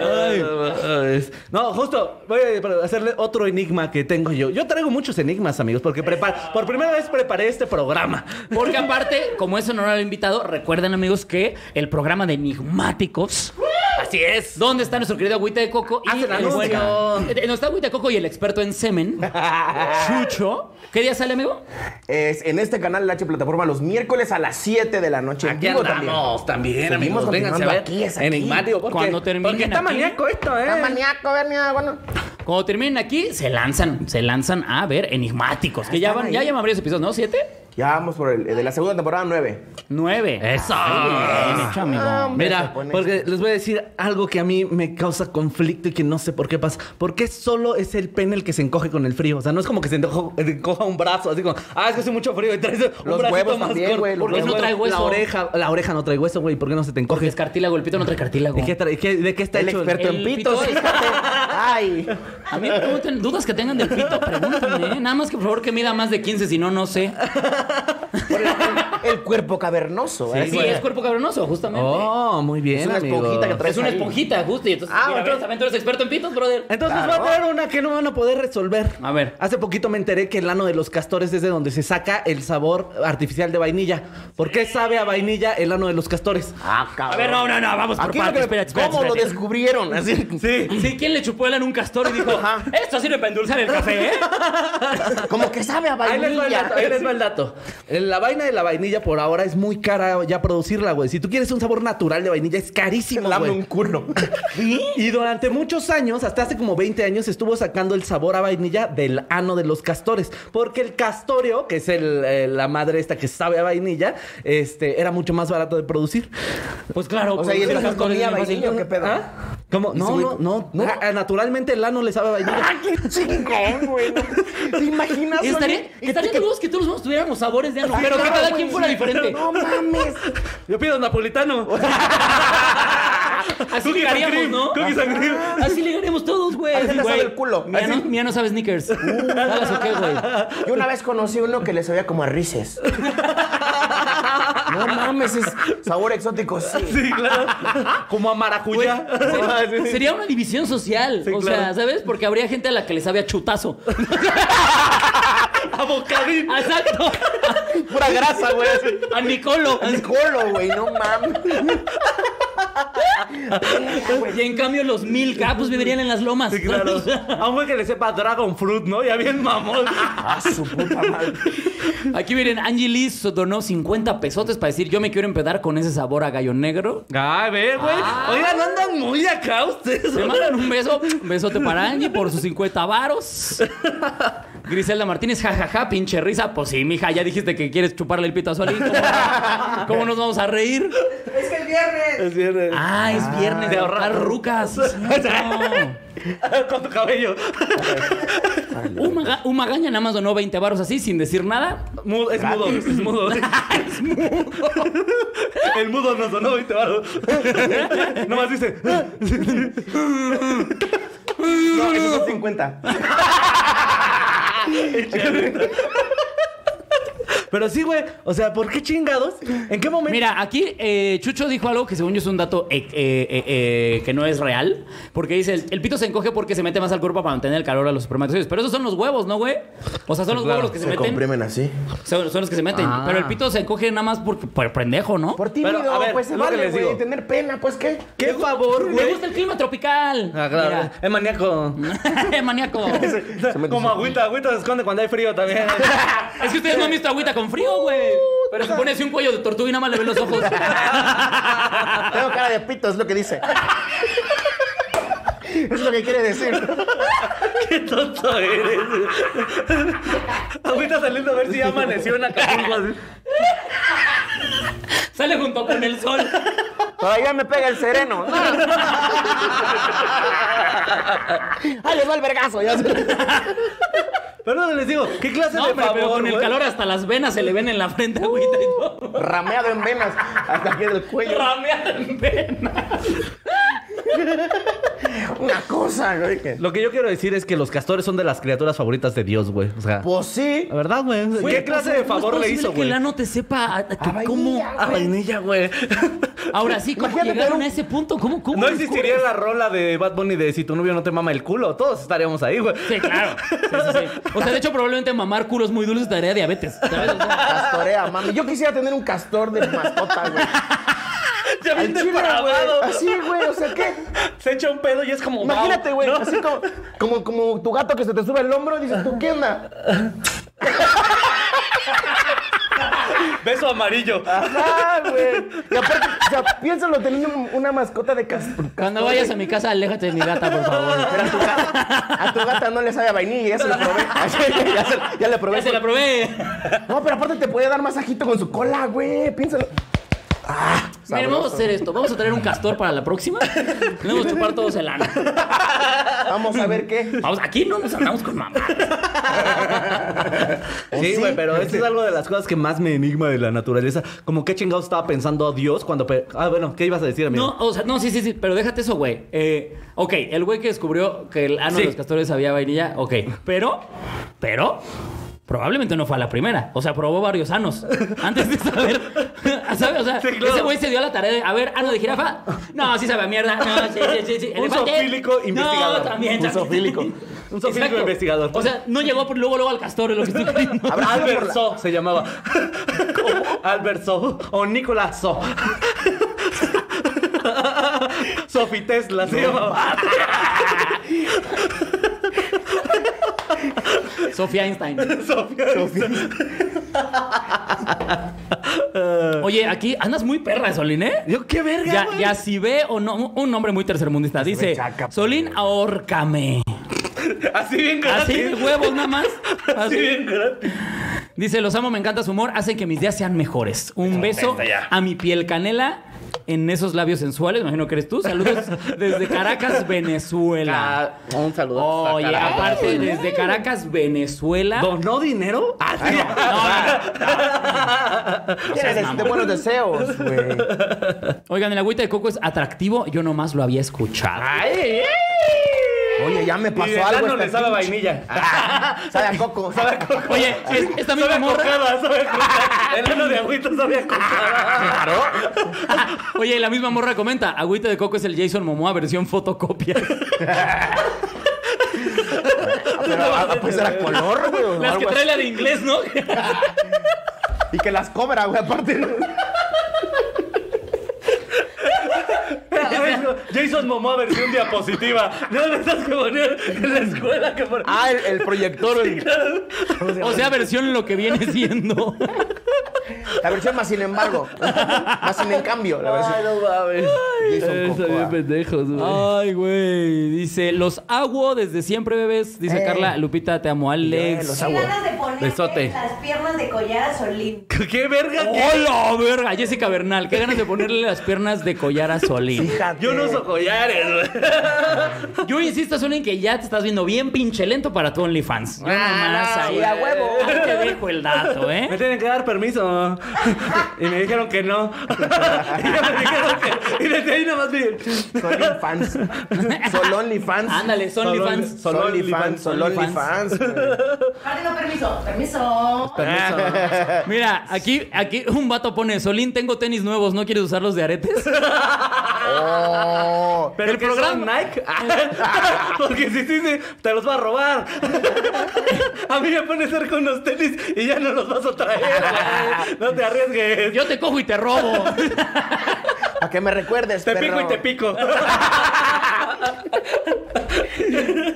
Speaker 4: Ay, ay. no, justo voy a hacerle otro enigma que tengo yo. Yo traigo muchos enigmas, amigos, porque prepar- por primera vez preparé este programa.
Speaker 3: Porque aparte, como eso no lo he invitado, recuerden, amigos, que el programa de Enigmáticos. Así es. ¿Dónde está nuestro querido Agüita de Coco?
Speaker 4: Hacen
Speaker 3: el
Speaker 4: anuncio.
Speaker 3: Eh, No está Agüita de Coco y el experto en semen, Chucho. ¿Qué día sale, amigo?
Speaker 5: Es en este canal, la H Plataforma, los miércoles a las 7 de la noche. en
Speaker 4: Aquí
Speaker 5: vivo
Speaker 4: andamos también,
Speaker 5: Seguimos
Speaker 4: amigos. Vénganse a ver.
Speaker 5: continuando aquí, es aquí.
Speaker 4: Enigmático. Porque,
Speaker 3: Cuando terminen
Speaker 4: porque está
Speaker 3: aquí.
Speaker 4: maníaco esto, ¿eh?
Speaker 5: Está maníaco, ver, mira, bueno.
Speaker 3: Cuando terminen aquí, se lanzan, se lanzan a ver Enigmáticos. Que ya
Speaker 5: están
Speaker 3: van,
Speaker 5: ahí.
Speaker 3: ya llevan varios episodios, ¿no? ¿Siete?
Speaker 5: Ya vamos por el, de la segunda temporada 9.
Speaker 3: Nueve. Eso. amigo.
Speaker 5: Hombre, se
Speaker 4: Mira,
Speaker 5: pone-
Speaker 4: porque les voy a decir algo que a mí me causa conflicto y que no sé por qué pasa. Porque solo es el pene el que se encoge con el frío. O sea, no es como que se encoja, encoja un brazo, así como, ah, es que hace mucho frío y traes un
Speaker 5: Los
Speaker 4: bracito
Speaker 5: huevos
Speaker 4: más
Speaker 5: también,
Speaker 4: corto.
Speaker 5: güey, los
Speaker 4: ¿Por qué
Speaker 3: huevos.
Speaker 4: no trae hueso? La oreja, la oreja no trae hueso, güey. ¿Por qué no se te
Speaker 3: Porque
Speaker 4: encoge?
Speaker 3: es cartílago, el pito no trae cartílago.
Speaker 4: ¿De qué, tra- qué- de qué está
Speaker 5: El
Speaker 4: hecho?
Speaker 5: experto
Speaker 3: el
Speaker 5: en pitos,
Speaker 3: pito.
Speaker 5: fíjate. Ay.
Speaker 3: A mí me pregunten dudas que tengan del pito, pregúntenme. ¿eh? Nada más que por favor que mida más de 15, si no, no sé.
Speaker 5: Por el, el- el cuerpo cavernoso. ¿eh?
Speaker 3: Sí, es cuerpo cabronoso, justamente.
Speaker 4: Oh, muy bien,
Speaker 5: Es una
Speaker 4: amigos.
Speaker 5: esponjita que trae-
Speaker 3: es una
Speaker 5: ahí.
Speaker 3: esponjita, justo. Y entonces,
Speaker 5: Ah,
Speaker 3: mira,
Speaker 5: entonces-
Speaker 3: ¿ves? También tú eres experto en pitos, brother.
Speaker 4: Entonces va a traer una que no van a poder resolver.
Speaker 3: A ver.
Speaker 4: Hace poquito me enteré que el ano de los castores es de donde se saca el sabor artificial de vainilla. ¿Por qué sabe a vainilla el ano de los castores?
Speaker 5: Ah, cabrón.
Speaker 3: A ver, no, no, no, vamos por
Speaker 5: Aquí lo que-
Speaker 3: partes. Espérate, espérate.
Speaker 5: ¿Cómo lo
Speaker 3: espérate.
Speaker 5: descubrieron? Así.
Speaker 4: Sí.
Speaker 3: Sí, ¿quién le chupó el ano a un castor y dijo, esto sirve para endulzar el café, eh?
Speaker 5: Como que sabe a
Speaker 4: Ahí
Speaker 5: vainilla.
Speaker 4: les, va el dato, ahí les va el dato. La vaina de la vainilla por ahora es muy cara ya producirla, güey. Si tú quieres un sabor natural de vainilla, es carísimo,
Speaker 5: Lame
Speaker 4: güey.
Speaker 5: un culo.
Speaker 4: Y durante muchos años, hasta hace como 20 años, estuvo sacando el sabor a vainilla del ano de los castores. Porque el castorio, que es el, eh, la madre esta que sabe a vainilla, este, era mucho más barato de producir.
Speaker 3: Pues claro.
Speaker 5: O sea, ¿y
Speaker 3: pues,
Speaker 5: entonces
Speaker 3: los castores
Speaker 5: comía
Speaker 3: es muy fácil.
Speaker 5: vainilla o qué pedo?
Speaker 4: ¿Ah? ¿Cómo? No,
Speaker 5: güey-
Speaker 4: no, no. Ah, naturalmente el ano le sabe a vainilla.
Speaker 5: ¡Ah, qué chingón, güey! ¿Te imaginas?
Speaker 3: Estaría,
Speaker 5: Oli?
Speaker 3: estaría de huevos que todos los tuviéramos sabores de ano,
Speaker 5: Sí,
Speaker 3: pero que
Speaker 5: claro,
Speaker 3: cada
Speaker 5: güey.
Speaker 3: quien fuera diferente.
Speaker 5: ¡No mames!
Speaker 4: Yo pido napolitano.
Speaker 3: Así ligaríamos, ¿no? Ah, Así ligaríamos todos, güey.
Speaker 5: Así le
Speaker 3: Güey,
Speaker 5: sabe el culo.
Speaker 3: Mía no,
Speaker 5: Así.
Speaker 3: mía no sabe sneakers. ¿Sabes o qué, güey?
Speaker 5: Yo una vez conocí uno que le sabía como a rices. No mames, es sabor exótico, sí.
Speaker 4: Sí, claro. Como a maracuyá.
Speaker 3: Sería- Sería una división social.
Speaker 4: Sí,
Speaker 3: o sea,
Speaker 4: claro.
Speaker 3: ¿sabes? Porque habría gente a la que le sabe a chutazo.
Speaker 4: A bocadín.
Speaker 3: Exacto.
Speaker 5: Pura grasa, güey. así.
Speaker 3: A Nicolo.
Speaker 5: Al colo, güey, no mames.
Speaker 3: Y en cambio los mil capos vivirían en las lomas.
Speaker 4: Sí, claro. A un güey que le sepa a Dragon Fruit, ¿no? Ya bien mamón.
Speaker 5: A su puta madre.
Speaker 3: Aquí miren, Angie Liz donó 50 pesotes para decir yo me quiero empedar con ese sabor a gallo negro.
Speaker 4: Ay, ve, güey. Oigan, andan muy acá ustedes.
Speaker 3: Le mandan un beso, un besote para Angie por sus 50 varos. Griselda Martínez, jajaja, pinche risa. Pues sí, mija, ya dijiste que quieres chuparle el pito a Solín. ¿Cómo, cómo nos vamos a reír?
Speaker 6: Es que el viernes.
Speaker 4: Es cierto.
Speaker 3: Ah, es viernes de ahorrar rucas. No.
Speaker 4: Con tu cabello.
Speaker 3: Umaga- Umagaña nada más donó 20 varos así sin decir nada.
Speaker 4: Mu- es mudo, es mudo. es mudo. El mudo nos donó 20 baros. Nomás dice.
Speaker 5: No, esos son 50.
Speaker 4: Pero sí, güey. O sea, ¿por qué chingados? ¿En qué momento?
Speaker 3: Mira, aquí eh, Chucho dijo algo que según yo es un dato eh, eh, eh, eh, que no es real. Porque dice, el, el pito se encoge porque se mete más al cuerpo para mantener el calor a los espermatozoides. Pero esos son los huevos, ¿no, güey? O sea, son los huevos los que se,
Speaker 5: Se
Speaker 3: meten.
Speaker 5: comprimen así.
Speaker 3: Son, son los que se meten.
Speaker 4: Ah.
Speaker 3: Pero el pito se encoge nada más por, por pendejo, ¿no?
Speaker 5: Por
Speaker 4: Pero, a
Speaker 5: tímido,
Speaker 4: ver,
Speaker 5: pues se
Speaker 4: es lo que
Speaker 5: vale,
Speaker 4: les digo.
Speaker 5: güey. Tener pena, pues qué.
Speaker 4: ¿Qué favor,
Speaker 3: Me
Speaker 4: güey?
Speaker 3: gusta el clima tropical.
Speaker 4: Ah, claro.
Speaker 3: Mira.
Speaker 4: Es maníaco.
Speaker 3: Maníaco.
Speaker 4: Como agüita, agüita se esconde cuando hay frío también.
Speaker 3: Es que ustedes no han visto agüita con frío, güey. Pero se pone así un cuello de tortuga y nada más le ven los ojos.
Speaker 5: Tengo cara de pito, es lo que dice. Es lo que quiere decir.
Speaker 4: Qué tonto eres. Agüita saliendo a ver si ya amaneció en Acapulco. así.
Speaker 3: Sale junto con el sol.
Speaker 5: Todavía me pega el sereno. Ah, les va el vergazo. Ya sé.
Speaker 4: Pero Ahorita les digo, ¿qué clase
Speaker 3: No,
Speaker 4: de
Speaker 3: pero, pero
Speaker 4: favor,
Speaker 3: con el
Speaker 4: güey?
Speaker 3: calor hasta las venas se le ven en la frente, agüita y todo.
Speaker 5: Rameado en venas hasta aquí del cuello.
Speaker 3: Rameado en venas.
Speaker 5: Una cosa, güey. que-
Speaker 4: Lo que yo quiero decir es que los castores son de las criaturas favoritas de Dios, güey. O sea,
Speaker 5: Pues sí.
Speaker 4: la verdad, güey. ¿Qué clase de favor
Speaker 3: ¿Cómo es
Speaker 4: le hizo,
Speaker 3: posible
Speaker 4: güey?
Speaker 3: que el ano te sepa a- a- que
Speaker 5: vainilla,
Speaker 3: cómo...
Speaker 5: güey.
Speaker 4: A vainilla, güey.
Speaker 3: Ahora sí, ¿cómo
Speaker 5: Imagínate
Speaker 3: llegaron a
Speaker 5: tener un-
Speaker 3: ese punto? ¿Cómo, cómo?
Speaker 4: No existiría la rola de Bad Bunny de si tu novio no te mama el culo. Todos estaríamos ahí, güey.
Speaker 3: Sí, claro. Sí, sí, sí. O sea, de hecho, probablemente mamar culos muy dulces daría diabetes. ¿sabes? O sea,
Speaker 5: Castorea, mami. Yo quisiera tener un castor de mascota, güey.
Speaker 4: Ya
Speaker 5: Al
Speaker 4: viste
Speaker 5: chile, güey.
Speaker 4: parado.
Speaker 5: Así, güey. O sea, ¿qué?
Speaker 4: Se echa un pedo y es
Speaker 3: Oh,
Speaker 4: como.
Speaker 5: Imagínate,
Speaker 4: wow,
Speaker 5: güey.
Speaker 4: ¿no?
Speaker 5: Así como, como, como tu gato que se te sube el hombro y dices, ¿tú qué onda?
Speaker 4: Beso amarillo.
Speaker 5: Ajá, Ah, güey. Y aparte, o sea, piénsalo teniendo un- una mascota de castor.
Speaker 3: Cuando vayas a mi casa, aléjate de mi gata, por favor.
Speaker 5: Pero a tu, gata, a tu gata no le sabe a vainilla, ya se la probé. ya, se- ya le probé.
Speaker 3: Ya se la probé.
Speaker 5: No, pero aparte te puede dar masajito con su cola, güey. Piénsalo. Ah,
Speaker 3: Miren,
Speaker 5: sabroso.
Speaker 3: vamos a hacer esto. Vamos a traer un castor para la próxima. Le vamos a chupar todos el ano.
Speaker 5: Vamos a ver qué.
Speaker 3: Vamos, aquí no nos andamos con mamá.
Speaker 4: Sí, güey, pero esto es algo de las cosas que más me enigma de la naturaleza. Como qué chingados estaba pensando Dios cuando. pe- Ah, bueno, ¿qué ibas a decir, amigo?
Speaker 3: No, o sea, no, sí, sí, sí, pero déjate eso, güey. Eh, ok, el güey que descubrió que el ano
Speaker 4: Sí.
Speaker 3: de los castores había vainilla, ok. Pero, pero, probablemente no fue a la primera. O sea, probó varios anos antes de saber. ¿Sabes? O sea,
Speaker 4: Sí, claro.
Speaker 3: ese güey se dio a la tarea de, a ver, ano de jirafa. No, sí sabe a mierda. No, sí, sí, sí. sí.
Speaker 4: Un
Speaker 3: Elefante.
Speaker 4: zoofílico investigador.
Speaker 3: No, también.
Speaker 4: Un
Speaker 3: también.
Speaker 4: zoofílico. Un zoofílico
Speaker 3: Exacto.
Speaker 4: investigador.
Speaker 3: O sea, no llegó por- luego, luego al castor, es lo que estoy queriendo.
Speaker 5: Habrá sido por
Speaker 4: Albert
Speaker 5: la-
Speaker 4: So se llamaba. Albert So o Nicolás So. Sophie Tesla se llamaba.
Speaker 3: Sofía Einstein. Oye, aquí andas muy perra, Solín, ¿eh?
Speaker 4: Yo, qué verga.
Speaker 3: Ya,
Speaker 4: güey?
Speaker 3: ya si ve o no, un nombre muy tercermundista. Dice, Solín, ahórcame.
Speaker 4: Así bien
Speaker 3: Así de
Speaker 4: gratis.
Speaker 3: huevos nada más.
Speaker 4: Así
Speaker 3: Así.
Speaker 4: bien gratis.
Speaker 3: Dice, los amo, me encanta su humor, hacen que mis días sean mejores. Un beso a mi piel canela en esos labios sensuales, imagino que eres tú. Saludos desde Caracas, Venezuela.
Speaker 4: Un saludo.
Speaker 3: Oye, aparte, desde Caracas, Venezuela.
Speaker 4: ¿Donó dinero? Ah, sí.
Speaker 5: Tienes este, buenos deseos, güey.
Speaker 3: Oigan, el agüita de coco es atractivo, yo nomás lo había escuchado.
Speaker 4: Ay,
Speaker 5: Oye, ya me
Speaker 4: y
Speaker 5: pasó
Speaker 4: de
Speaker 5: algo.
Speaker 4: plano
Speaker 5: esta
Speaker 4: le sabe a
Speaker 5: pinche- Ah,
Speaker 4: vainilla.
Speaker 5: Sabe a coco.
Speaker 4: Sabe a coco.
Speaker 3: Oye, es- esta misma
Speaker 4: Sabe a
Speaker 3: morra.
Speaker 4: cocada, sabe a cocada. El ano de agüita sabe a cocada.
Speaker 3: Oye, y la misma morra comenta, agüita de coco es el Jason Momoa versión fotocopia.
Speaker 5: Pero, ah, pues era color, güey. o
Speaker 3: Las que
Speaker 5: algo
Speaker 3: trae
Speaker 5: así.
Speaker 3: la de inglés, ¿no?
Speaker 5: Y que las cobra, güey, aparte.
Speaker 4: Jason Momoa versión diapositiva. No de esas que ponían en la escuela que ponían.
Speaker 5: Ah, el, el proyector. el-
Speaker 3: O sea, versión lo que viene siendo.
Speaker 5: la versión más sin embargo. Más sin en cambio, la versión.
Speaker 4: no mames.
Speaker 5: Jason Cocoa. Eh,
Speaker 4: pendejos,
Speaker 3: Ay, güey. Dice, los aguo desde siempre, bebés. Dice
Speaker 5: Eh.
Speaker 3: Carla, Lupita, te amo, Alex.
Speaker 5: Eh, los
Speaker 6: Qué
Speaker 5: aguo.
Speaker 6: ganas de ponerte
Speaker 4: Besote.
Speaker 6: las piernas de collar a Solín.
Speaker 4: ¿Qué verga?
Speaker 3: ¡Hola, ¡Oh, verga! Jessica Bernal, qué ganas de ponerle las piernas de collar a Solín.
Speaker 5: Fíjate.
Speaker 4: Yo no uso collares, güey.
Speaker 3: Yo insisto, Solín, que ya te estás viendo bien pinche lento para tu OnlyFans. Yo
Speaker 4: Ah,
Speaker 3: nomás
Speaker 5: no,
Speaker 3: ahí.
Speaker 5: güey, a huevo.
Speaker 3: Ahí te dejo el dato,
Speaker 4: Me
Speaker 3: ¿eh?
Speaker 4: tienen que dar permiso. Y me dijeron que no. Y ya me dijeron que. Y desde ahí nada más vi.
Speaker 5: Son infans. Son only fans.
Speaker 3: Ándale, son OnlyFans.
Speaker 5: Son only fans. Son only fans. güey.
Speaker 6: Vale, no, permiso. Permiso.
Speaker 3: Mira, aquí, aquí un vato pone, Solín, tengo tenis nuevos, ¿no quieres usarlos de aretes?
Speaker 5: Oh.
Speaker 4: Pero el programa Nike. Porque si sí, sí, te los va a robar. A mí me pones cerca unos tenis y ya no los vas a traer. güey. No te arriesgues.
Speaker 3: Yo te cojo y te robo.
Speaker 5: A que me recuerdes,
Speaker 4: Te
Speaker 5: perro.
Speaker 4: pico y te pico. Ay,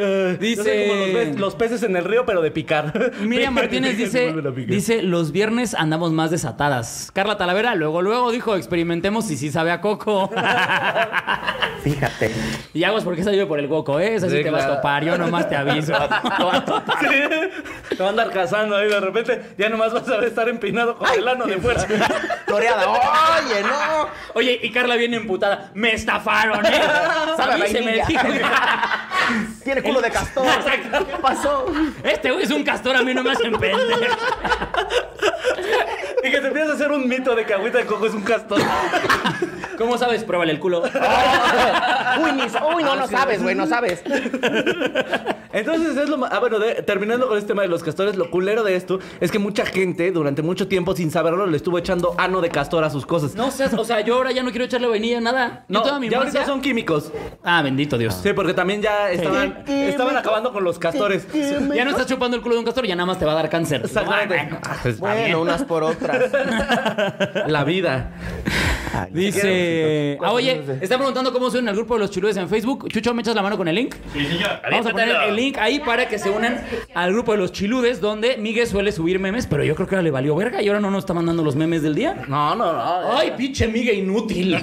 Speaker 4: ay.
Speaker 3: Dice-
Speaker 4: Yo soy como los, pe- los peces en el río, pero de picar.
Speaker 3: Miriam Martínez
Speaker 4: Pican y pican y
Speaker 3: dice,
Speaker 4: vuelven a picar.
Speaker 3: dice, los viernes andamos más desatadas. Carla Talavera, luego, luego dijo, experimentemos si sí sabe a coco.
Speaker 5: Fíjate.
Speaker 3: y aguas porque esa llueve por el coco, ¿eh? Esa sí,
Speaker 4: Sí,
Speaker 3: te vas a
Speaker 4: claro.
Speaker 3: topar, yo nomás te aviso.
Speaker 4: Sí. Te va a andar cazando ahí de repente. Ya nomás vas a estar empinado con el ano de fuera.
Speaker 5: Toreada. Oye, no.
Speaker 3: Oye, y Carla viene emputada. Me estafaron, ¿eh?
Speaker 5: Sabe
Speaker 3: A mí se me
Speaker 5: vainilla.
Speaker 3: dijo que-
Speaker 5: Tiene culo de castor.
Speaker 3: Exacto.
Speaker 5: ¿Qué pasó?
Speaker 3: Este güey es un castor, a mí no me hacen pendejo.
Speaker 4: Y que te empiezas a hacer un mito de que agüita de coco es un castor.
Speaker 3: ¿Cómo sabes? Pruébale el culo.
Speaker 5: Uy, mis, uy, no, no sabes, güey, no sabes.
Speaker 4: Entonces es lo ma- Ah, bueno, de- terminando con este tema de los castores, lo culero de esto es que mucha gente durante mucho tiempo sin saberlo le estuvo echando ano de castor a sus cosas.
Speaker 3: No seas, o sea, yo ahora ya no quiero echarle vainilla, nada. Yo
Speaker 4: No,
Speaker 3: toda mi
Speaker 4: ya
Speaker 3: infancia-
Speaker 4: ahorita son químicos.
Speaker 3: Ah, bendito Dios.
Speaker 4: Sí, porque también ya estaban, estaban acabando con los castores.
Speaker 3: Ya no estás chupando el culo de un castor, ya nada más te va a dar cáncer.
Speaker 4: Exactamente.
Speaker 3: Ah,
Speaker 5: Bueno, unas por otras.
Speaker 4: La vida.
Speaker 3: Dice. Ah, oye, está preguntando cómo se unen al grupo de los chilúes en Facebook. Chucho, ¿me echas la mano con el link?
Speaker 7: Sí, señor.
Speaker 3: Vamos a tener el link ahí para que se unan al grupo de los chiludes, donde Miguel suele subir memes, pero yo creo que ahora le valió verga y ahora no nos está mandando los memes del día.
Speaker 4: No, no, no.
Speaker 3: Ay, pinche Miguel inútil.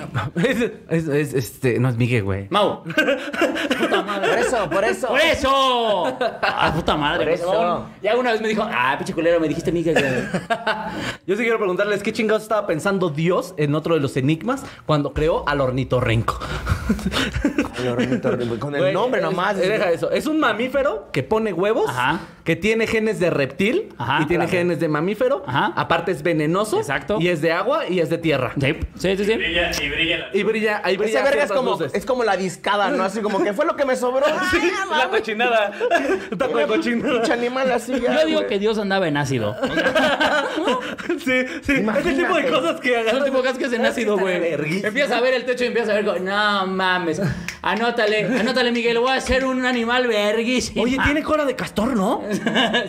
Speaker 4: Es, es- es- este, no es Miguel, güey.
Speaker 3: Mau.
Speaker 5: Por eso, por eso.
Speaker 3: ¡Por eso! ¡Ah, puta madre!
Speaker 5: Por eso.
Speaker 3: perdón. Ya una vez me dijo, ah, pinche culero, me dijiste Miguel. güey".
Speaker 4: Yo sí quiero preguntarles qué chingados estaba pensando Dios en otro de los enigmas cuando creó al ornitorrinco.
Speaker 5: Ay, ornitorrinco, Con el
Speaker 4: Güey,
Speaker 5: nombre
Speaker 4: es-
Speaker 5: nomás.
Speaker 4: eh, deja eso. Es un mamífero que pone huevos,
Speaker 3: Ajá.
Speaker 4: que tiene genes de reptil
Speaker 3: Ajá,
Speaker 4: y tiene
Speaker 3: claro.
Speaker 4: genes de mamífero.
Speaker 3: Ajá.
Speaker 4: Aparte es venenoso.
Speaker 3: Exacto.
Speaker 4: Y es de agua y es de tierra.
Speaker 3: Sí, sí, sí. sí.
Speaker 7: Brilla, y brilla la
Speaker 4: Y brilla, ahí brilla.
Speaker 5: Esa verga
Speaker 4: a
Speaker 5: es como,
Speaker 4: ciertas luces.
Speaker 5: es como la discada, ¿no? Así como que fue lo que me sobró. Ah,
Speaker 4: La
Speaker 5: mames,
Speaker 4: cochinada. Taco de cochinada.
Speaker 5: pinche animal así ya,
Speaker 3: Yo digo
Speaker 5: güey.
Speaker 3: que Dios andaba en ácido.
Speaker 4: Sí, sí. Ese
Speaker 5: Imagínate.
Speaker 4: tipo de cosas que
Speaker 3: Es el
Speaker 4: agarran.
Speaker 3: tipo de cosas que se nace,
Speaker 4: Está
Speaker 3: güey.
Speaker 4: verguísima.
Speaker 3: Empieza a ver el techo y empieza a ver. como, No mames. Anótale, anótale, Miguel. Voy a ser un animal verguísimo.
Speaker 4: Oye, tiene cola de castor, ¿no?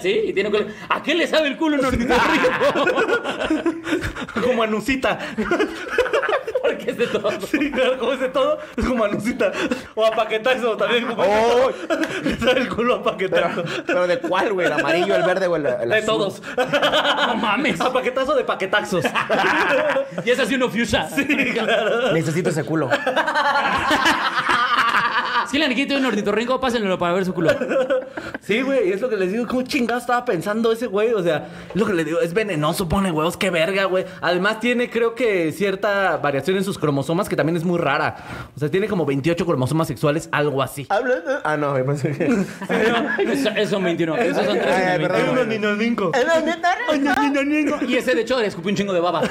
Speaker 3: sí, y tiene culo. ¿A qué le sabe el culo un ornitorrinco?
Speaker 4: Como anusita.
Speaker 3: Porque es de todo.
Speaker 4: Sí, claro, como es de todo, es como anusita. O a paquetazo, también como.
Speaker 5: Oh,
Speaker 4: Le sale el culo a paquetazo.
Speaker 5: pero, pero ¿de cuál, güey? ¿El amarillo, el verde o el, el
Speaker 4: De
Speaker 5: azul?
Speaker 4: todos.
Speaker 3: No mames.
Speaker 4: A paquetazo de paquetaxos.
Speaker 3: Y es así uno fuchsia. Sí, claro.
Speaker 5: Necesito ese culo.
Speaker 3: Ah, Si le necesito un ornitorrinco, pásenlo para ver su culo.
Speaker 4: Sí, güey, es lo que les digo. ¿Cómo chingado estaba pensando ese güey? O sea, es lo que les digo, es venenoso, pone huevos, qué verga, güey. Además, tiene, creo que, cierta variación en sus cromosomas que también es muy rara. O sea, tiene como 28 cromosomas sexuales, algo así.
Speaker 5: Habla- Ah, no, yo pensé que...
Speaker 3: Eso, eso son 21. Esos son tres en
Speaker 5: Ay,
Speaker 3: el
Speaker 5: ay,
Speaker 3: 21.
Speaker 5: perdón.
Speaker 4: ninonico.
Speaker 5: ¿El ornitorrinco?
Speaker 3: Y ese, de hecho, le escupió un chingo de baba.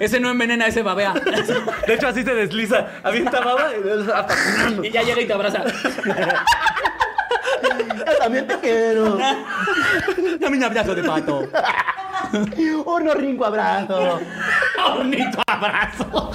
Speaker 3: Ese no envenena, ese babea.
Speaker 4: De hecho, así se desliza. Avienta baba y...
Speaker 3: Y ya llega y te abraza.
Speaker 5: Yo también te quiero.
Speaker 3: Dame un abrazo de pato.
Speaker 5: Ornitorrinco abrazo.
Speaker 3: Un bonito abrazo.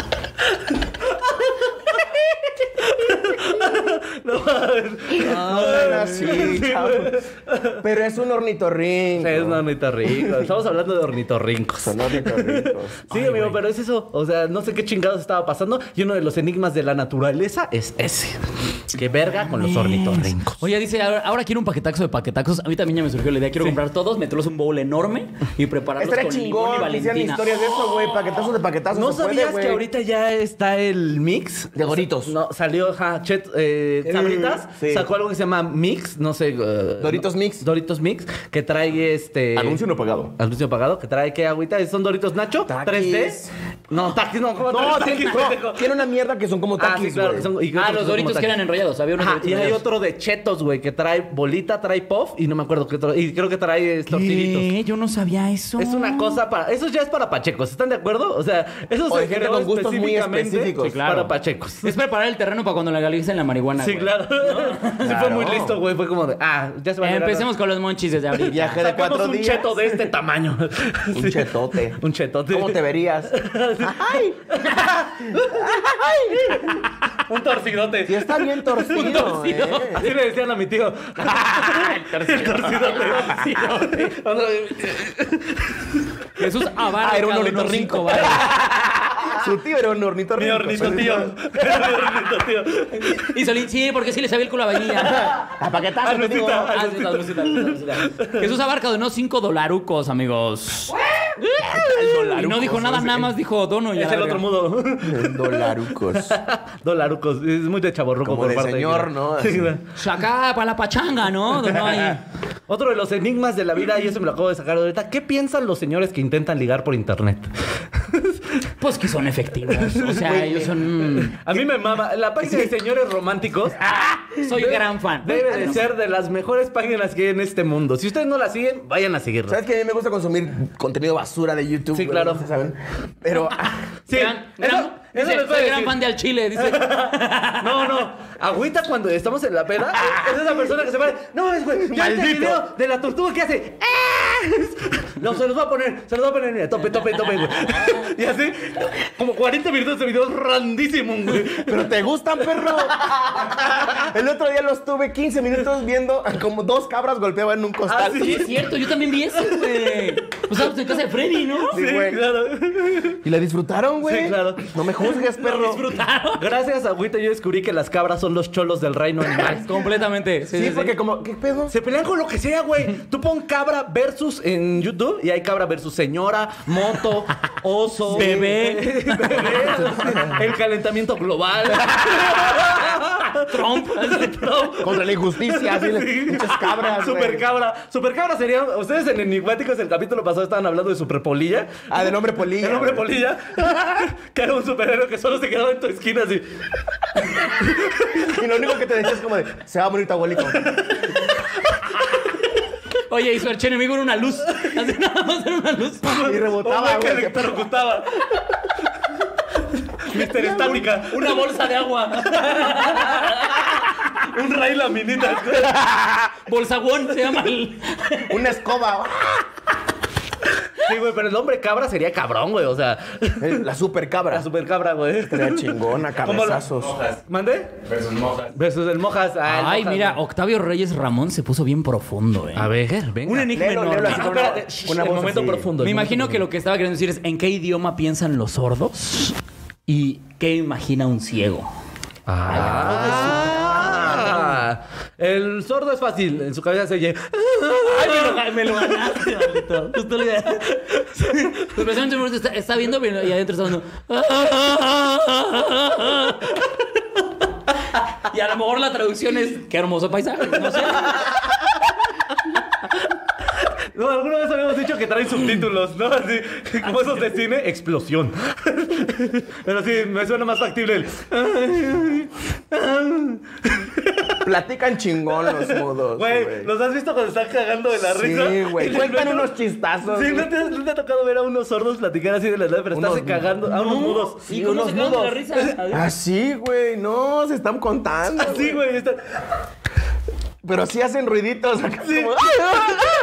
Speaker 5: Hablan así, chavos. Pero es un ornitorrinco.
Speaker 4: Es un ornitorrinco. Estamos hablando de ornitorrincos.
Speaker 5: Son ornitorrincos.
Speaker 4: Sí, amigo, pero es eso. O sea, no sé qué chingados estaba pasando. Y uno de los enigmas de la naturaleza es ese. Qué verga con los ornitorrincos.
Speaker 3: Oye, dice, ahora, ahora quiero un paquetaxo de paquetacos. A mí también ya me surgió la idea. Quiero comprar todos, meterlos en un bowl enorme y prepararlos
Speaker 5: Estaría
Speaker 3: con limón y
Speaker 5: chingón que hicieran
Speaker 3: valentina.
Speaker 5: historias de eso, güey. Paquetazos de paquetazos.
Speaker 4: ¿No
Speaker 5: se puede,
Speaker 4: sabías que
Speaker 5: güey.
Speaker 4: ahorita ya está el mix?
Speaker 5: De Doritos.
Speaker 4: No, salió, ajá, Chet, eh,
Speaker 5: Eh,
Speaker 4: Sabritas
Speaker 5: sí.
Speaker 4: sacó algo que se llama Mix, no sé. eh,
Speaker 5: Doritos
Speaker 4: no-
Speaker 5: Mix.
Speaker 4: Doritos Mix, que trae este.
Speaker 5: no pagado.
Speaker 4: Anuncio pagado, que trae qué agüita. Son Doritos Nacho,
Speaker 5: Taquis.
Speaker 4: 3D. No, taquis, no, ¿cómo
Speaker 5: No,
Speaker 4: traes
Speaker 5: tiene,
Speaker 4: taquis, pendejo?
Speaker 5: no, tiene una mierda que son como
Speaker 4: Ah, sí,
Speaker 5: taquis,
Speaker 4: claro. que son- y creo
Speaker 3: Ah,
Speaker 4: que
Speaker 3: los
Speaker 4: son
Speaker 3: doritos
Speaker 4: como
Speaker 3: que eran
Speaker 4: taquis.
Speaker 3: enrollados. Había unos
Speaker 4: Ajá,
Speaker 3: doritos
Speaker 4: y hay
Speaker 3: enrollados.
Speaker 4: otro de chetos, güey, que trae bolita, trae puff y no me acuerdo qué otro. Y creo que trae eh, tortillitos.
Speaker 3: ¿Qué? Yo no sabía eso.
Speaker 4: Es una cosa para. Eso ya es para pachecos, ¿están de acuerdo? O sea, eso
Speaker 5: O
Speaker 4: se
Speaker 5: de gente
Speaker 4: creó
Speaker 5: con gustos muy
Speaker 4: específicamente
Speaker 5: específicos.
Speaker 3: Sí, claro.
Speaker 4: Para pachecos.
Speaker 3: Es preparar el terreno para cuando legalicen la marihuana.
Speaker 4: Sí,
Speaker 3: güey.
Speaker 4: claro. Sí, fue
Speaker 5: Claro.
Speaker 4: muy listo, güey. Fue como de. Ah, ya se va a llegar.
Speaker 3: Empecemos con los monchis desde ahorita.
Speaker 5: Viaje de
Speaker 4: Saquemos
Speaker 5: cuatro
Speaker 4: un
Speaker 5: días.
Speaker 4: cheto de este tamaño.
Speaker 5: Un
Speaker 4: Sí.
Speaker 5: chetote.
Speaker 4: Un chetote.
Speaker 5: ¿Cómo te verías? ¡Ay!
Speaker 4: Un torcidote.
Speaker 5: Sí está bien torcido,
Speaker 4: Un torcido.
Speaker 5: ¿eh? Ah,
Speaker 4: Así le decían a mi tío. El torcidote.
Speaker 3: Jesús Avaro.
Speaker 5: Ah, era un
Speaker 3: cada uno
Speaker 5: ornitorrinco.
Speaker 3: cinco varos.
Speaker 5: Su tío era un
Speaker 4: Mi
Speaker 5: ornitorrinco.
Speaker 4: hornito tío. Mi hornito tío.
Speaker 3: Y Solín, sí, porque sí le sabía el culo a vainilla.
Speaker 5: A paquetazo, te digo.
Speaker 4: Alucita.
Speaker 3: Ah, sí, está, sí, está, sí, está. Jesús Abarca donó 5 dolarucos, amigos. Y no dijo nada, nada más dijo dono y ya
Speaker 4: Es el
Speaker 3: la
Speaker 4: otro
Speaker 3: verga.
Speaker 4: mudo.
Speaker 5: ¿eh? Dolarucos.
Speaker 4: Dolarucos. Es muy de chaborruco
Speaker 5: Como
Speaker 4: por
Speaker 5: de
Speaker 4: parte
Speaker 5: señor,
Speaker 4: mí.
Speaker 5: ¿no?
Speaker 4: Sí,
Speaker 5: Así.
Speaker 4: claro.
Speaker 3: Chacá para la pachanga, ¿no? Donó ahí.
Speaker 4: Otro de los enigmas de la vida, y eso me lo acabo de sacar ahorita. ¿Qué piensan los señores que intentan ligar por internet?
Speaker 3: Pues que son efectivos. O sea, ellos son.
Speaker 4: A mí me mama. La página de señores románticos
Speaker 3: Ah, Soy gran fan. Ah,
Speaker 4: debe de ser de las mejores páginas que hay en este mundo. Si ustedes no la siguen, vayan a seguirla.
Speaker 5: ¿Sabes que a mí me gusta consumir contenido basura de YouTube?
Speaker 4: Sí,
Speaker 5: güey?
Speaker 4: claro.
Speaker 5: Ustedes saben. Pero.
Speaker 4: Sí,
Speaker 3: Gran-
Speaker 4: eso,
Speaker 3: gran-
Speaker 4: eso
Speaker 3: dice,
Speaker 4: les voy a
Speaker 3: soy
Speaker 4: decir.
Speaker 3: gran fan de al chile. Dice.
Speaker 4: No, no. Agüita cuando estamos en la peda. Es esa persona que se para. No, es güey. Ya este
Speaker 5: Maldito.
Speaker 4: video de la tortuga que hace. "Ah". No, se los voy a poner. Se los voy a poner. Mira, tope, tope, tope, güey. Y así, como 40 minutos de videos randísimo, güey.
Speaker 5: Pero te gustan, perro. El otro día los tuve 15 minutos viendo como dos cabras golpeaban un costal.
Speaker 4: Ah,
Speaker 3: Sí, es cierto, yo también vi eso, güey. Pues estábamos en casa de Freddy, ¿no?
Speaker 5: Sí, güey.
Speaker 4: claro.
Speaker 5: ¿Y la disfrutaron, güey?
Speaker 4: Sí, claro.
Speaker 5: No me juzgues, perro.
Speaker 3: Disfrutaron.
Speaker 4: Gracias a Agüita yo descubrí que las cabras son los cholos del reino animal.
Speaker 3: Completamente.
Speaker 5: sí, porque como, ¿qué pedo?
Speaker 4: Se pelean con lo que sea, güey. Tú pon cabra versus en YouTube y hay cabra versus señora, moto, oso,
Speaker 3: Bebé.
Speaker 4: bebé, el calentamiento global.
Speaker 3: Trump.
Speaker 5: Contra la injusticia, así les-
Speaker 4: Sí.
Speaker 5: muchas cabras. güey.
Speaker 4: Super cabra. Super cabra sería. Ustedes en Enigmáticos, el capítulo pasado, estaban hablando de Super Polilla.
Speaker 5: Ah, del hombre polilla.
Speaker 4: El hombre
Speaker 5: güey.
Speaker 4: polilla. que era un superhéroe que solo se quedaba en tu esquina así.
Speaker 5: Y lo único que te decía es como de, se va a morir tu abuelito.
Speaker 3: Oye, y su archienemigo era una luz. Así nada más era una luz.
Speaker 5: Y
Speaker 4: Un güey
Speaker 5: rebotaba,
Speaker 4: que
Speaker 5: güey.
Speaker 4: le
Speaker 5: qué perro.
Speaker 4: electrocutaba. Mister Estática.
Speaker 3: Una bolsa de agua.
Speaker 4: Un rey laminita.
Speaker 3: Bolsagón se llama el.
Speaker 5: Una escoba.
Speaker 4: Sí, güey, pero el hombre cabra sería cabrón, güey. O sea,
Speaker 5: La super
Speaker 4: la
Speaker 5: cabra.
Speaker 4: super cabra, güey.
Speaker 5: Era chingona,
Speaker 4: ¿Cómo la-
Speaker 5: cabezazos.
Speaker 7: Mojas
Speaker 4: ¿Mandé?
Speaker 7: versus mojas.
Speaker 4: Versus el Mojas. Ah, el
Speaker 3: Ay,
Speaker 4: Mojas,
Speaker 3: mira,
Speaker 4: güey.
Speaker 3: Octavio Reyes Ramón se puso bien profundo, eh.
Speaker 4: A ver, venga.
Speaker 3: Un enigma
Speaker 5: Léelo,
Speaker 3: enorme.
Speaker 5: léelo así
Speaker 4: Ah,
Speaker 5: con una-
Speaker 4: espérate. shh,
Speaker 5: una
Speaker 4: el
Speaker 5: voz
Speaker 4: momento
Speaker 5: así.
Speaker 4: profundo. el
Speaker 3: Me
Speaker 4: momento
Speaker 3: imagino que lo que estaba queriendo decir es en qué idioma piensan los sordos y qué imagina un ciego.
Speaker 4: Ah, el sordo es fácil, en su cabeza se oye.
Speaker 3: Ay, me lo, me lo ganaste, maldito. Justo la idea. Pero precisamente por eso está, está viendo pero- y adentro está dando. Y a lo mejor la traducción es qué hermoso paisaje. No sé.
Speaker 4: No, alguna vez habíamos dicho que traen subtítulos, ¿no? Así, como esos de cine, explosión. Pero sí, me suena más factible el.
Speaker 5: Platican chingón los mudos.
Speaker 4: Güey, ¿los has visto cuando están cagando de la
Speaker 5: Sí,
Speaker 4: risa?
Speaker 5: güey.
Speaker 4: Y les
Speaker 5: Cuentan
Speaker 4: ves-
Speaker 5: unos chistazos,
Speaker 4: Sí,
Speaker 5: güey.
Speaker 4: ¿no te, has- no te ha tocado ver a unos sordos platicar así de la nada, pero
Speaker 5: Unos-
Speaker 4: estás cagando a unos mudos.
Speaker 3: Sí, ¿cómo se cagan de la risa?
Speaker 5: Ah, sí, güey. No, se están contando.
Speaker 4: Así, güey. está-
Speaker 5: Pero sí hacen ruiditos acá como. ¡Ay,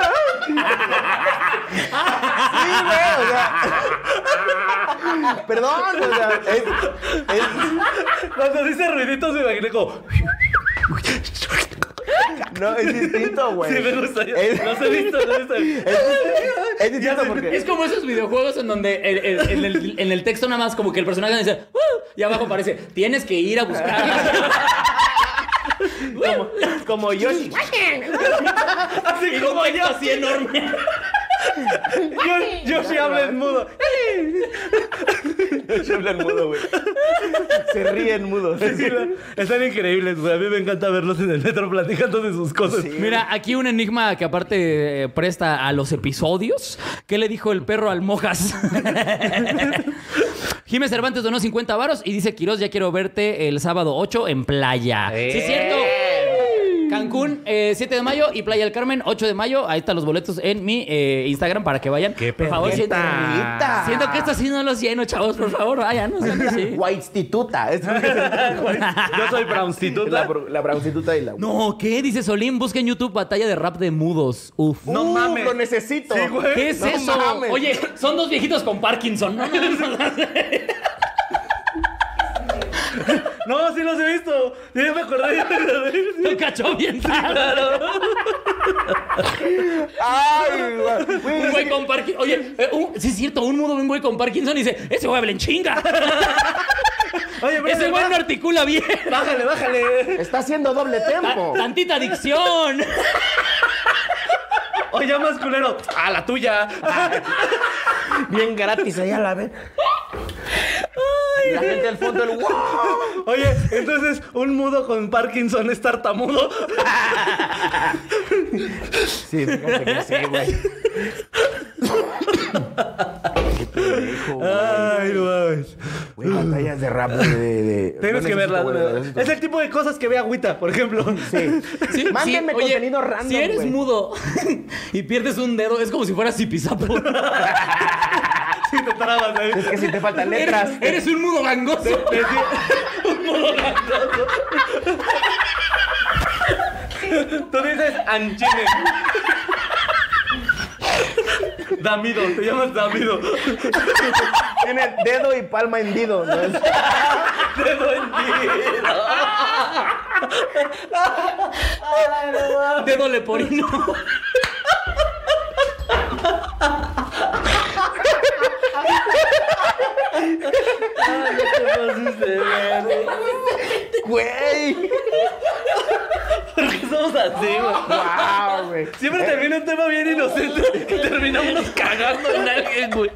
Speaker 5: Sí, güey, o sea. Perdón, o sea, es, es-
Speaker 4: Cuando dice ruiditos me imaginé como...
Speaker 5: no, es distinto, güey.
Speaker 4: Sí, me gusta.
Speaker 5: Es,
Speaker 4: Los he visto, los he visto.
Speaker 5: es, es distinto porque.
Speaker 3: Es como esos videojuegos en donde el- el- en el, en el texto nada más como que el personaje dice "Uh", y abajo aparece tienes que ir a buscar.
Speaker 5: como Yoshi.
Speaker 4: Así como yo.
Speaker 3: así enorme.
Speaker 4: Yo, Yoshi habla en mudo.
Speaker 5: Yoshi habla en mudo, güey. Se ríen mudos.
Speaker 4: Están increíbles, güey. A mí me encanta verlos en el metro platicando de sus cosas.
Speaker 3: Mira, aquí un enigma que aparte eh, presta a los episodios. ¿Qué le dijo el perro al Mojas? Jiménez Cervantes donó 50 varos y dice, Quiroz, ya quiero verte el sábado 8 en playa. Sí, es cierto. Cancún, eh, 7 de mayo y Playa del Carmen, 8 de mayo. Ahí están los boletos en mi eh, Instagram para que vayan. por favor, siento,
Speaker 5: perrita.
Speaker 3: siento que esto sí no los lleno, chavos. Por favor, vayan. no sean así.
Speaker 5: Guaistituta. Es
Speaker 4: Yo soy
Speaker 5: la,
Speaker 4: brownstituta.
Speaker 5: br- la brownstituta y la.
Speaker 3: No, ¿qué? Dice Solín, busca en YouTube batalla de rap de mudos. Uf.
Speaker 5: No
Speaker 4: mames.
Speaker 5: Lo necesito.
Speaker 4: Sí, güey.
Speaker 3: ¿Qué es
Speaker 5: No
Speaker 3: eso?
Speaker 5: mames.
Speaker 3: Oye, son dos viejitos con Parkinson, ¿no? no, no.
Speaker 4: No, sí los he visto. Ya me acordé.
Speaker 3: Lo cachó bien
Speaker 5: Ah,
Speaker 3: tarde.
Speaker 5: Ay, güey. Güey,
Speaker 3: Un güey con Parkinson. Oye, eh, un- sí es cierto, un mudo ve un güey con Parkinson y dice, ese güey habla en chinga.
Speaker 4: Oye, pero
Speaker 3: ese güey no articula bien.
Speaker 4: Bájale, bájale.
Speaker 5: Está haciendo doble
Speaker 3: Ta-
Speaker 5: tempo.
Speaker 3: Tantita adicción.
Speaker 4: Oye, ya más culero. A la tuya.
Speaker 5: Bien gratis allá la ven. la gente al fondo, el wow.
Speaker 4: Oye, entonces, un mudo con Parkinson es tartamudo.
Speaker 5: Sí, fíjate que sí, güey.
Speaker 4: Oh, Ay,
Speaker 5: hijo, güey.
Speaker 4: no mames.
Speaker 5: Güey, batallas de rap, güey, de... de-
Speaker 4: Tienes
Speaker 5: no
Speaker 4: que verla.
Speaker 5: necesito, güey, no
Speaker 4: güey.
Speaker 5: necesito.
Speaker 4: Es el tipo de cosas que ve Agüita, por ejemplo.
Speaker 5: Sí.
Speaker 3: Sí,
Speaker 5: Mándenme
Speaker 3: sí, oye,
Speaker 5: contenido random,
Speaker 3: Si eres
Speaker 5: güey.
Speaker 3: mudo y pierdes un dedo, es como si fueras zipizapo.
Speaker 4: Sí, te trabas ¿eh? ahí.
Speaker 5: Es que si te faltan letras...
Speaker 3: eres, eres un mudo gangoso.
Speaker 4: Tú dices Anchine. Damido, te llamas Damido.
Speaker 5: Tiene dedo y palma hendido. ¿no? Es-
Speaker 3: Dedo leporino.
Speaker 5: Güey.
Speaker 4: Porque somos así, güey.
Speaker 5: Wow, güey.
Speaker 4: Siempre termina un tema bien inocente que terminamos cagando en alguien, güey.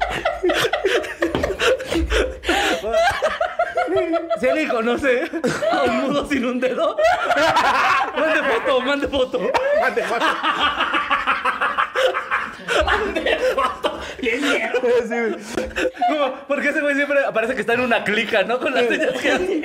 Speaker 4: Si el hijo no sé, a un mudo sin un dedo, mande foto, mande foto.
Speaker 5: Mande foto. Sí, güey.
Speaker 4: Como, porque ese güey siempre parece que está en una clica, ¿no? Con las señas que hace.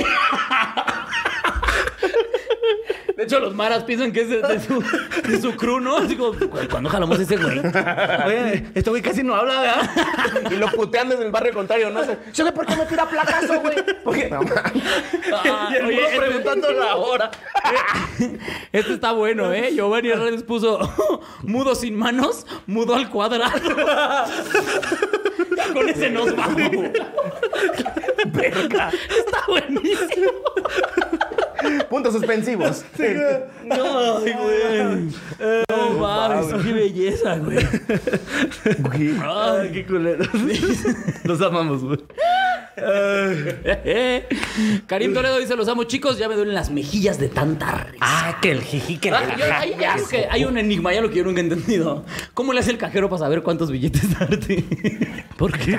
Speaker 3: De hecho, los maras piensan que es de, de su, de su crew, ¿no? Así como, "Güey, ¿cuándo jalamos ese güey?
Speaker 4: Oye, este güey casi no habla, ¿verdad?
Speaker 5: Y lo putean desde el barrio contrario, no sé. Yo sé por qué me tira placazo, güey. Porque. No,
Speaker 3: Ah,
Speaker 4: y el
Speaker 3: oye,
Speaker 4: mudo
Speaker 3: este-
Speaker 4: preguntando la hora.
Speaker 3: Este está bueno, ¿eh? Giovanni Hernández puso mudo sin manos, mudo al cuadrado. Ya Con ese nos vamos. Verga. Está buenísimo.
Speaker 5: puntos suspensivos.
Speaker 3: No, güey. Eh, No mames, qué belleza, güey.
Speaker 4: Ay, qué culeros. Los amamos, güey.
Speaker 3: Karim Toledo dice: Los amo, chicos. Ya me duelen las mejillas de tanta risa.
Speaker 8: Ah, que el jiji, que el
Speaker 3: Ah, yo- hay, hay algo que- hay un enigma, hay algo que yo nunca he entendido. ¿Cómo le hace el cajero para saber cuántos billetes darte? ¿Por qué?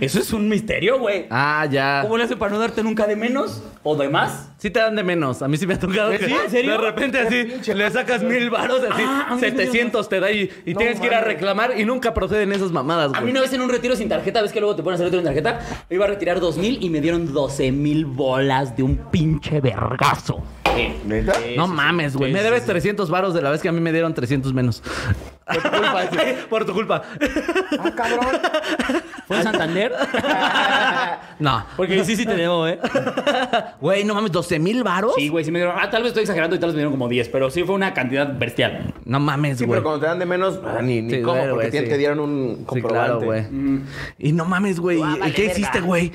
Speaker 3: Eso es un misterio, güey.
Speaker 4: Ah, ya.
Speaker 3: ¿Cómo le hace para no darte nunca de menos o de más?
Speaker 4: Sí te dan de menos. A mí sí me ha tocado. que
Speaker 3: ¿Sí? ¿En serio?
Speaker 4: De repente así, le sacas mil varos, así,
Speaker 3: Ah, a mí sí me
Speaker 4: 700 te da y, y tienes que ir a reclamar y nunca proceden esas mamadas,
Speaker 3: A mí
Speaker 4: güey.
Speaker 3: una vez en un retiro sin tarjeta, ves que luego te pones a hacer retiro sin tarjeta, iba a retirar dos mil y me dieron doce mil bolas de un pinche vergazo.
Speaker 5: ¿Neta?
Speaker 4: No mames, güey. Me debes 300 varos de la vez que a mí me dieron 300 menos. Por tu culpa. Eh, Por tu culpa.
Speaker 5: Ah, cabrón.
Speaker 3: ¿Fue en Santander?
Speaker 4: No.
Speaker 3: Porque sí, sí te debo, ¿eh?
Speaker 4: Güey, no mames, 12 mil varos.
Speaker 3: Sí, güey, sí me dieron. Ah, tal vez estoy exagerando y tal vez me dieron como 10, pero sí fue una cantidad bestial.
Speaker 4: No mames,
Speaker 5: Sí,
Speaker 4: güey.
Speaker 5: pero cuando te dan de menos, ah, ni, ni
Speaker 4: Sí,
Speaker 5: cómo,
Speaker 4: claro,
Speaker 5: porque
Speaker 4: güey,
Speaker 5: te,
Speaker 4: sí.
Speaker 5: te dieron un
Speaker 4: Sí,
Speaker 5: comprobante.
Speaker 4: claro, güey. Y no mames, güey. ¿y-
Speaker 1: vale,
Speaker 4: ¿Qué
Speaker 1: verga.
Speaker 4: hiciste, güey?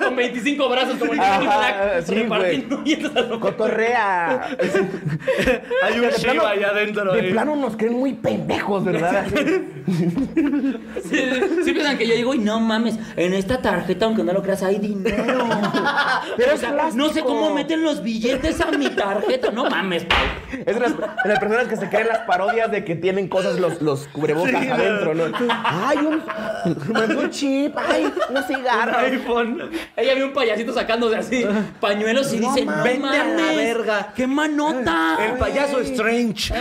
Speaker 3: Con 25 brazos como el
Speaker 5: Ajá,
Speaker 3: Johnny Black
Speaker 5: sí,
Speaker 3: repartiendo mierda.
Speaker 5: Cotorrea.
Speaker 4: Hay un
Speaker 5: De plano-
Speaker 4: Shiva allá adentro.
Speaker 5: De
Speaker 4: eh.
Speaker 5: plano nos creen muy pendejos, ¿verdad? Así.
Speaker 3: Sí, sí piensan que yo digo, y no mames, en esta tarjeta, aunque no lo creas, hay dinero.
Speaker 5: Pero
Speaker 3: O
Speaker 5: es
Speaker 3: sea,
Speaker 5: plástico.
Speaker 3: no sé cómo meten los billetes a mi tarjeta. No mames, Pau.
Speaker 5: Es de las, de las personas que se creen las parodias de que tienen cosas los, los cubrebocas
Speaker 4: Sí,
Speaker 5: adentro, ¿no? Ay, un, mandó un chip, ay, unos cigarros.
Speaker 4: iPhone.
Speaker 3: Ella vio un payasito sacándose así pañuelos y
Speaker 5: No
Speaker 3: dice,
Speaker 5: mames.
Speaker 3: no
Speaker 4: Vete a la
Speaker 3: mames,
Speaker 4: verga.
Speaker 3: qué manota.
Speaker 4: El payaso Strange.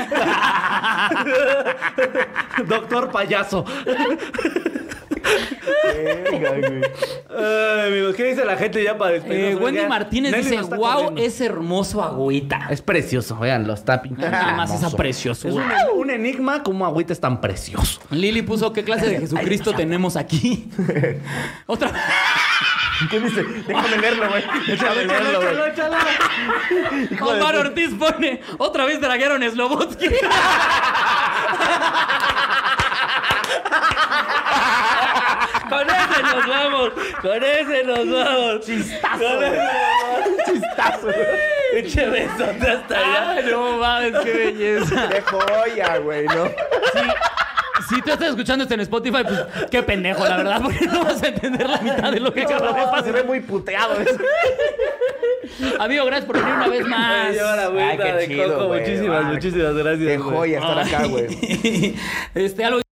Speaker 4: Doctor payaso. Ay, amigos, ¿qué dice la gente ya para
Speaker 3: Eh,
Speaker 4: despedirnos?
Speaker 3: Wendy
Speaker 4: Oiga,
Speaker 3: Martínez
Speaker 4: Nelly
Speaker 3: dice,
Speaker 4: nos está
Speaker 3: wow,
Speaker 4: corriendo".
Speaker 3: es hermoso agüita.
Speaker 4: Es precioso, véanlo, está pintado.
Speaker 3: Nada más esa
Speaker 4: Es un,
Speaker 3: preciosura.
Speaker 4: un enigma como agüita es tan precioso.
Speaker 3: Lili puso, ¿qué clase de Jesucristo tenemos aquí? Otra
Speaker 5: ¿Qué dice? Déjame leerlo, güey. Déjame leerlo, güey.
Speaker 4: Échalo, échalo.
Speaker 3: Omar Ortiz pone, otra vez draguearon Slobotsky. con ese nos vamos, con ese nos vamos. Chistazo.
Speaker 5: Chistazo, güey.
Speaker 3: Eche besote hasta allá. no mames, qué belleza.
Speaker 5: Qué joya, güey, ¿no?
Speaker 3: Si tú estás escuchando esto en Spotify, pues qué pendejo, la verdad, porque no vas a entender la mitad de lo que acabamos de
Speaker 5: se
Speaker 3: pasar.
Speaker 5: ve muy puteado eso.
Speaker 3: Amigo, gracias por venir una vez más.
Speaker 4: Ay, lleva la agüita
Speaker 5: qué
Speaker 4: de
Speaker 5: chido,
Speaker 4: coco.
Speaker 5: güey.
Speaker 4: Muchísimas,
Speaker 5: Ah,
Speaker 4: muchísimas gracias.
Speaker 5: Qué
Speaker 4: güey.
Speaker 5: joya estar acá, güey.
Speaker 3: Este, algo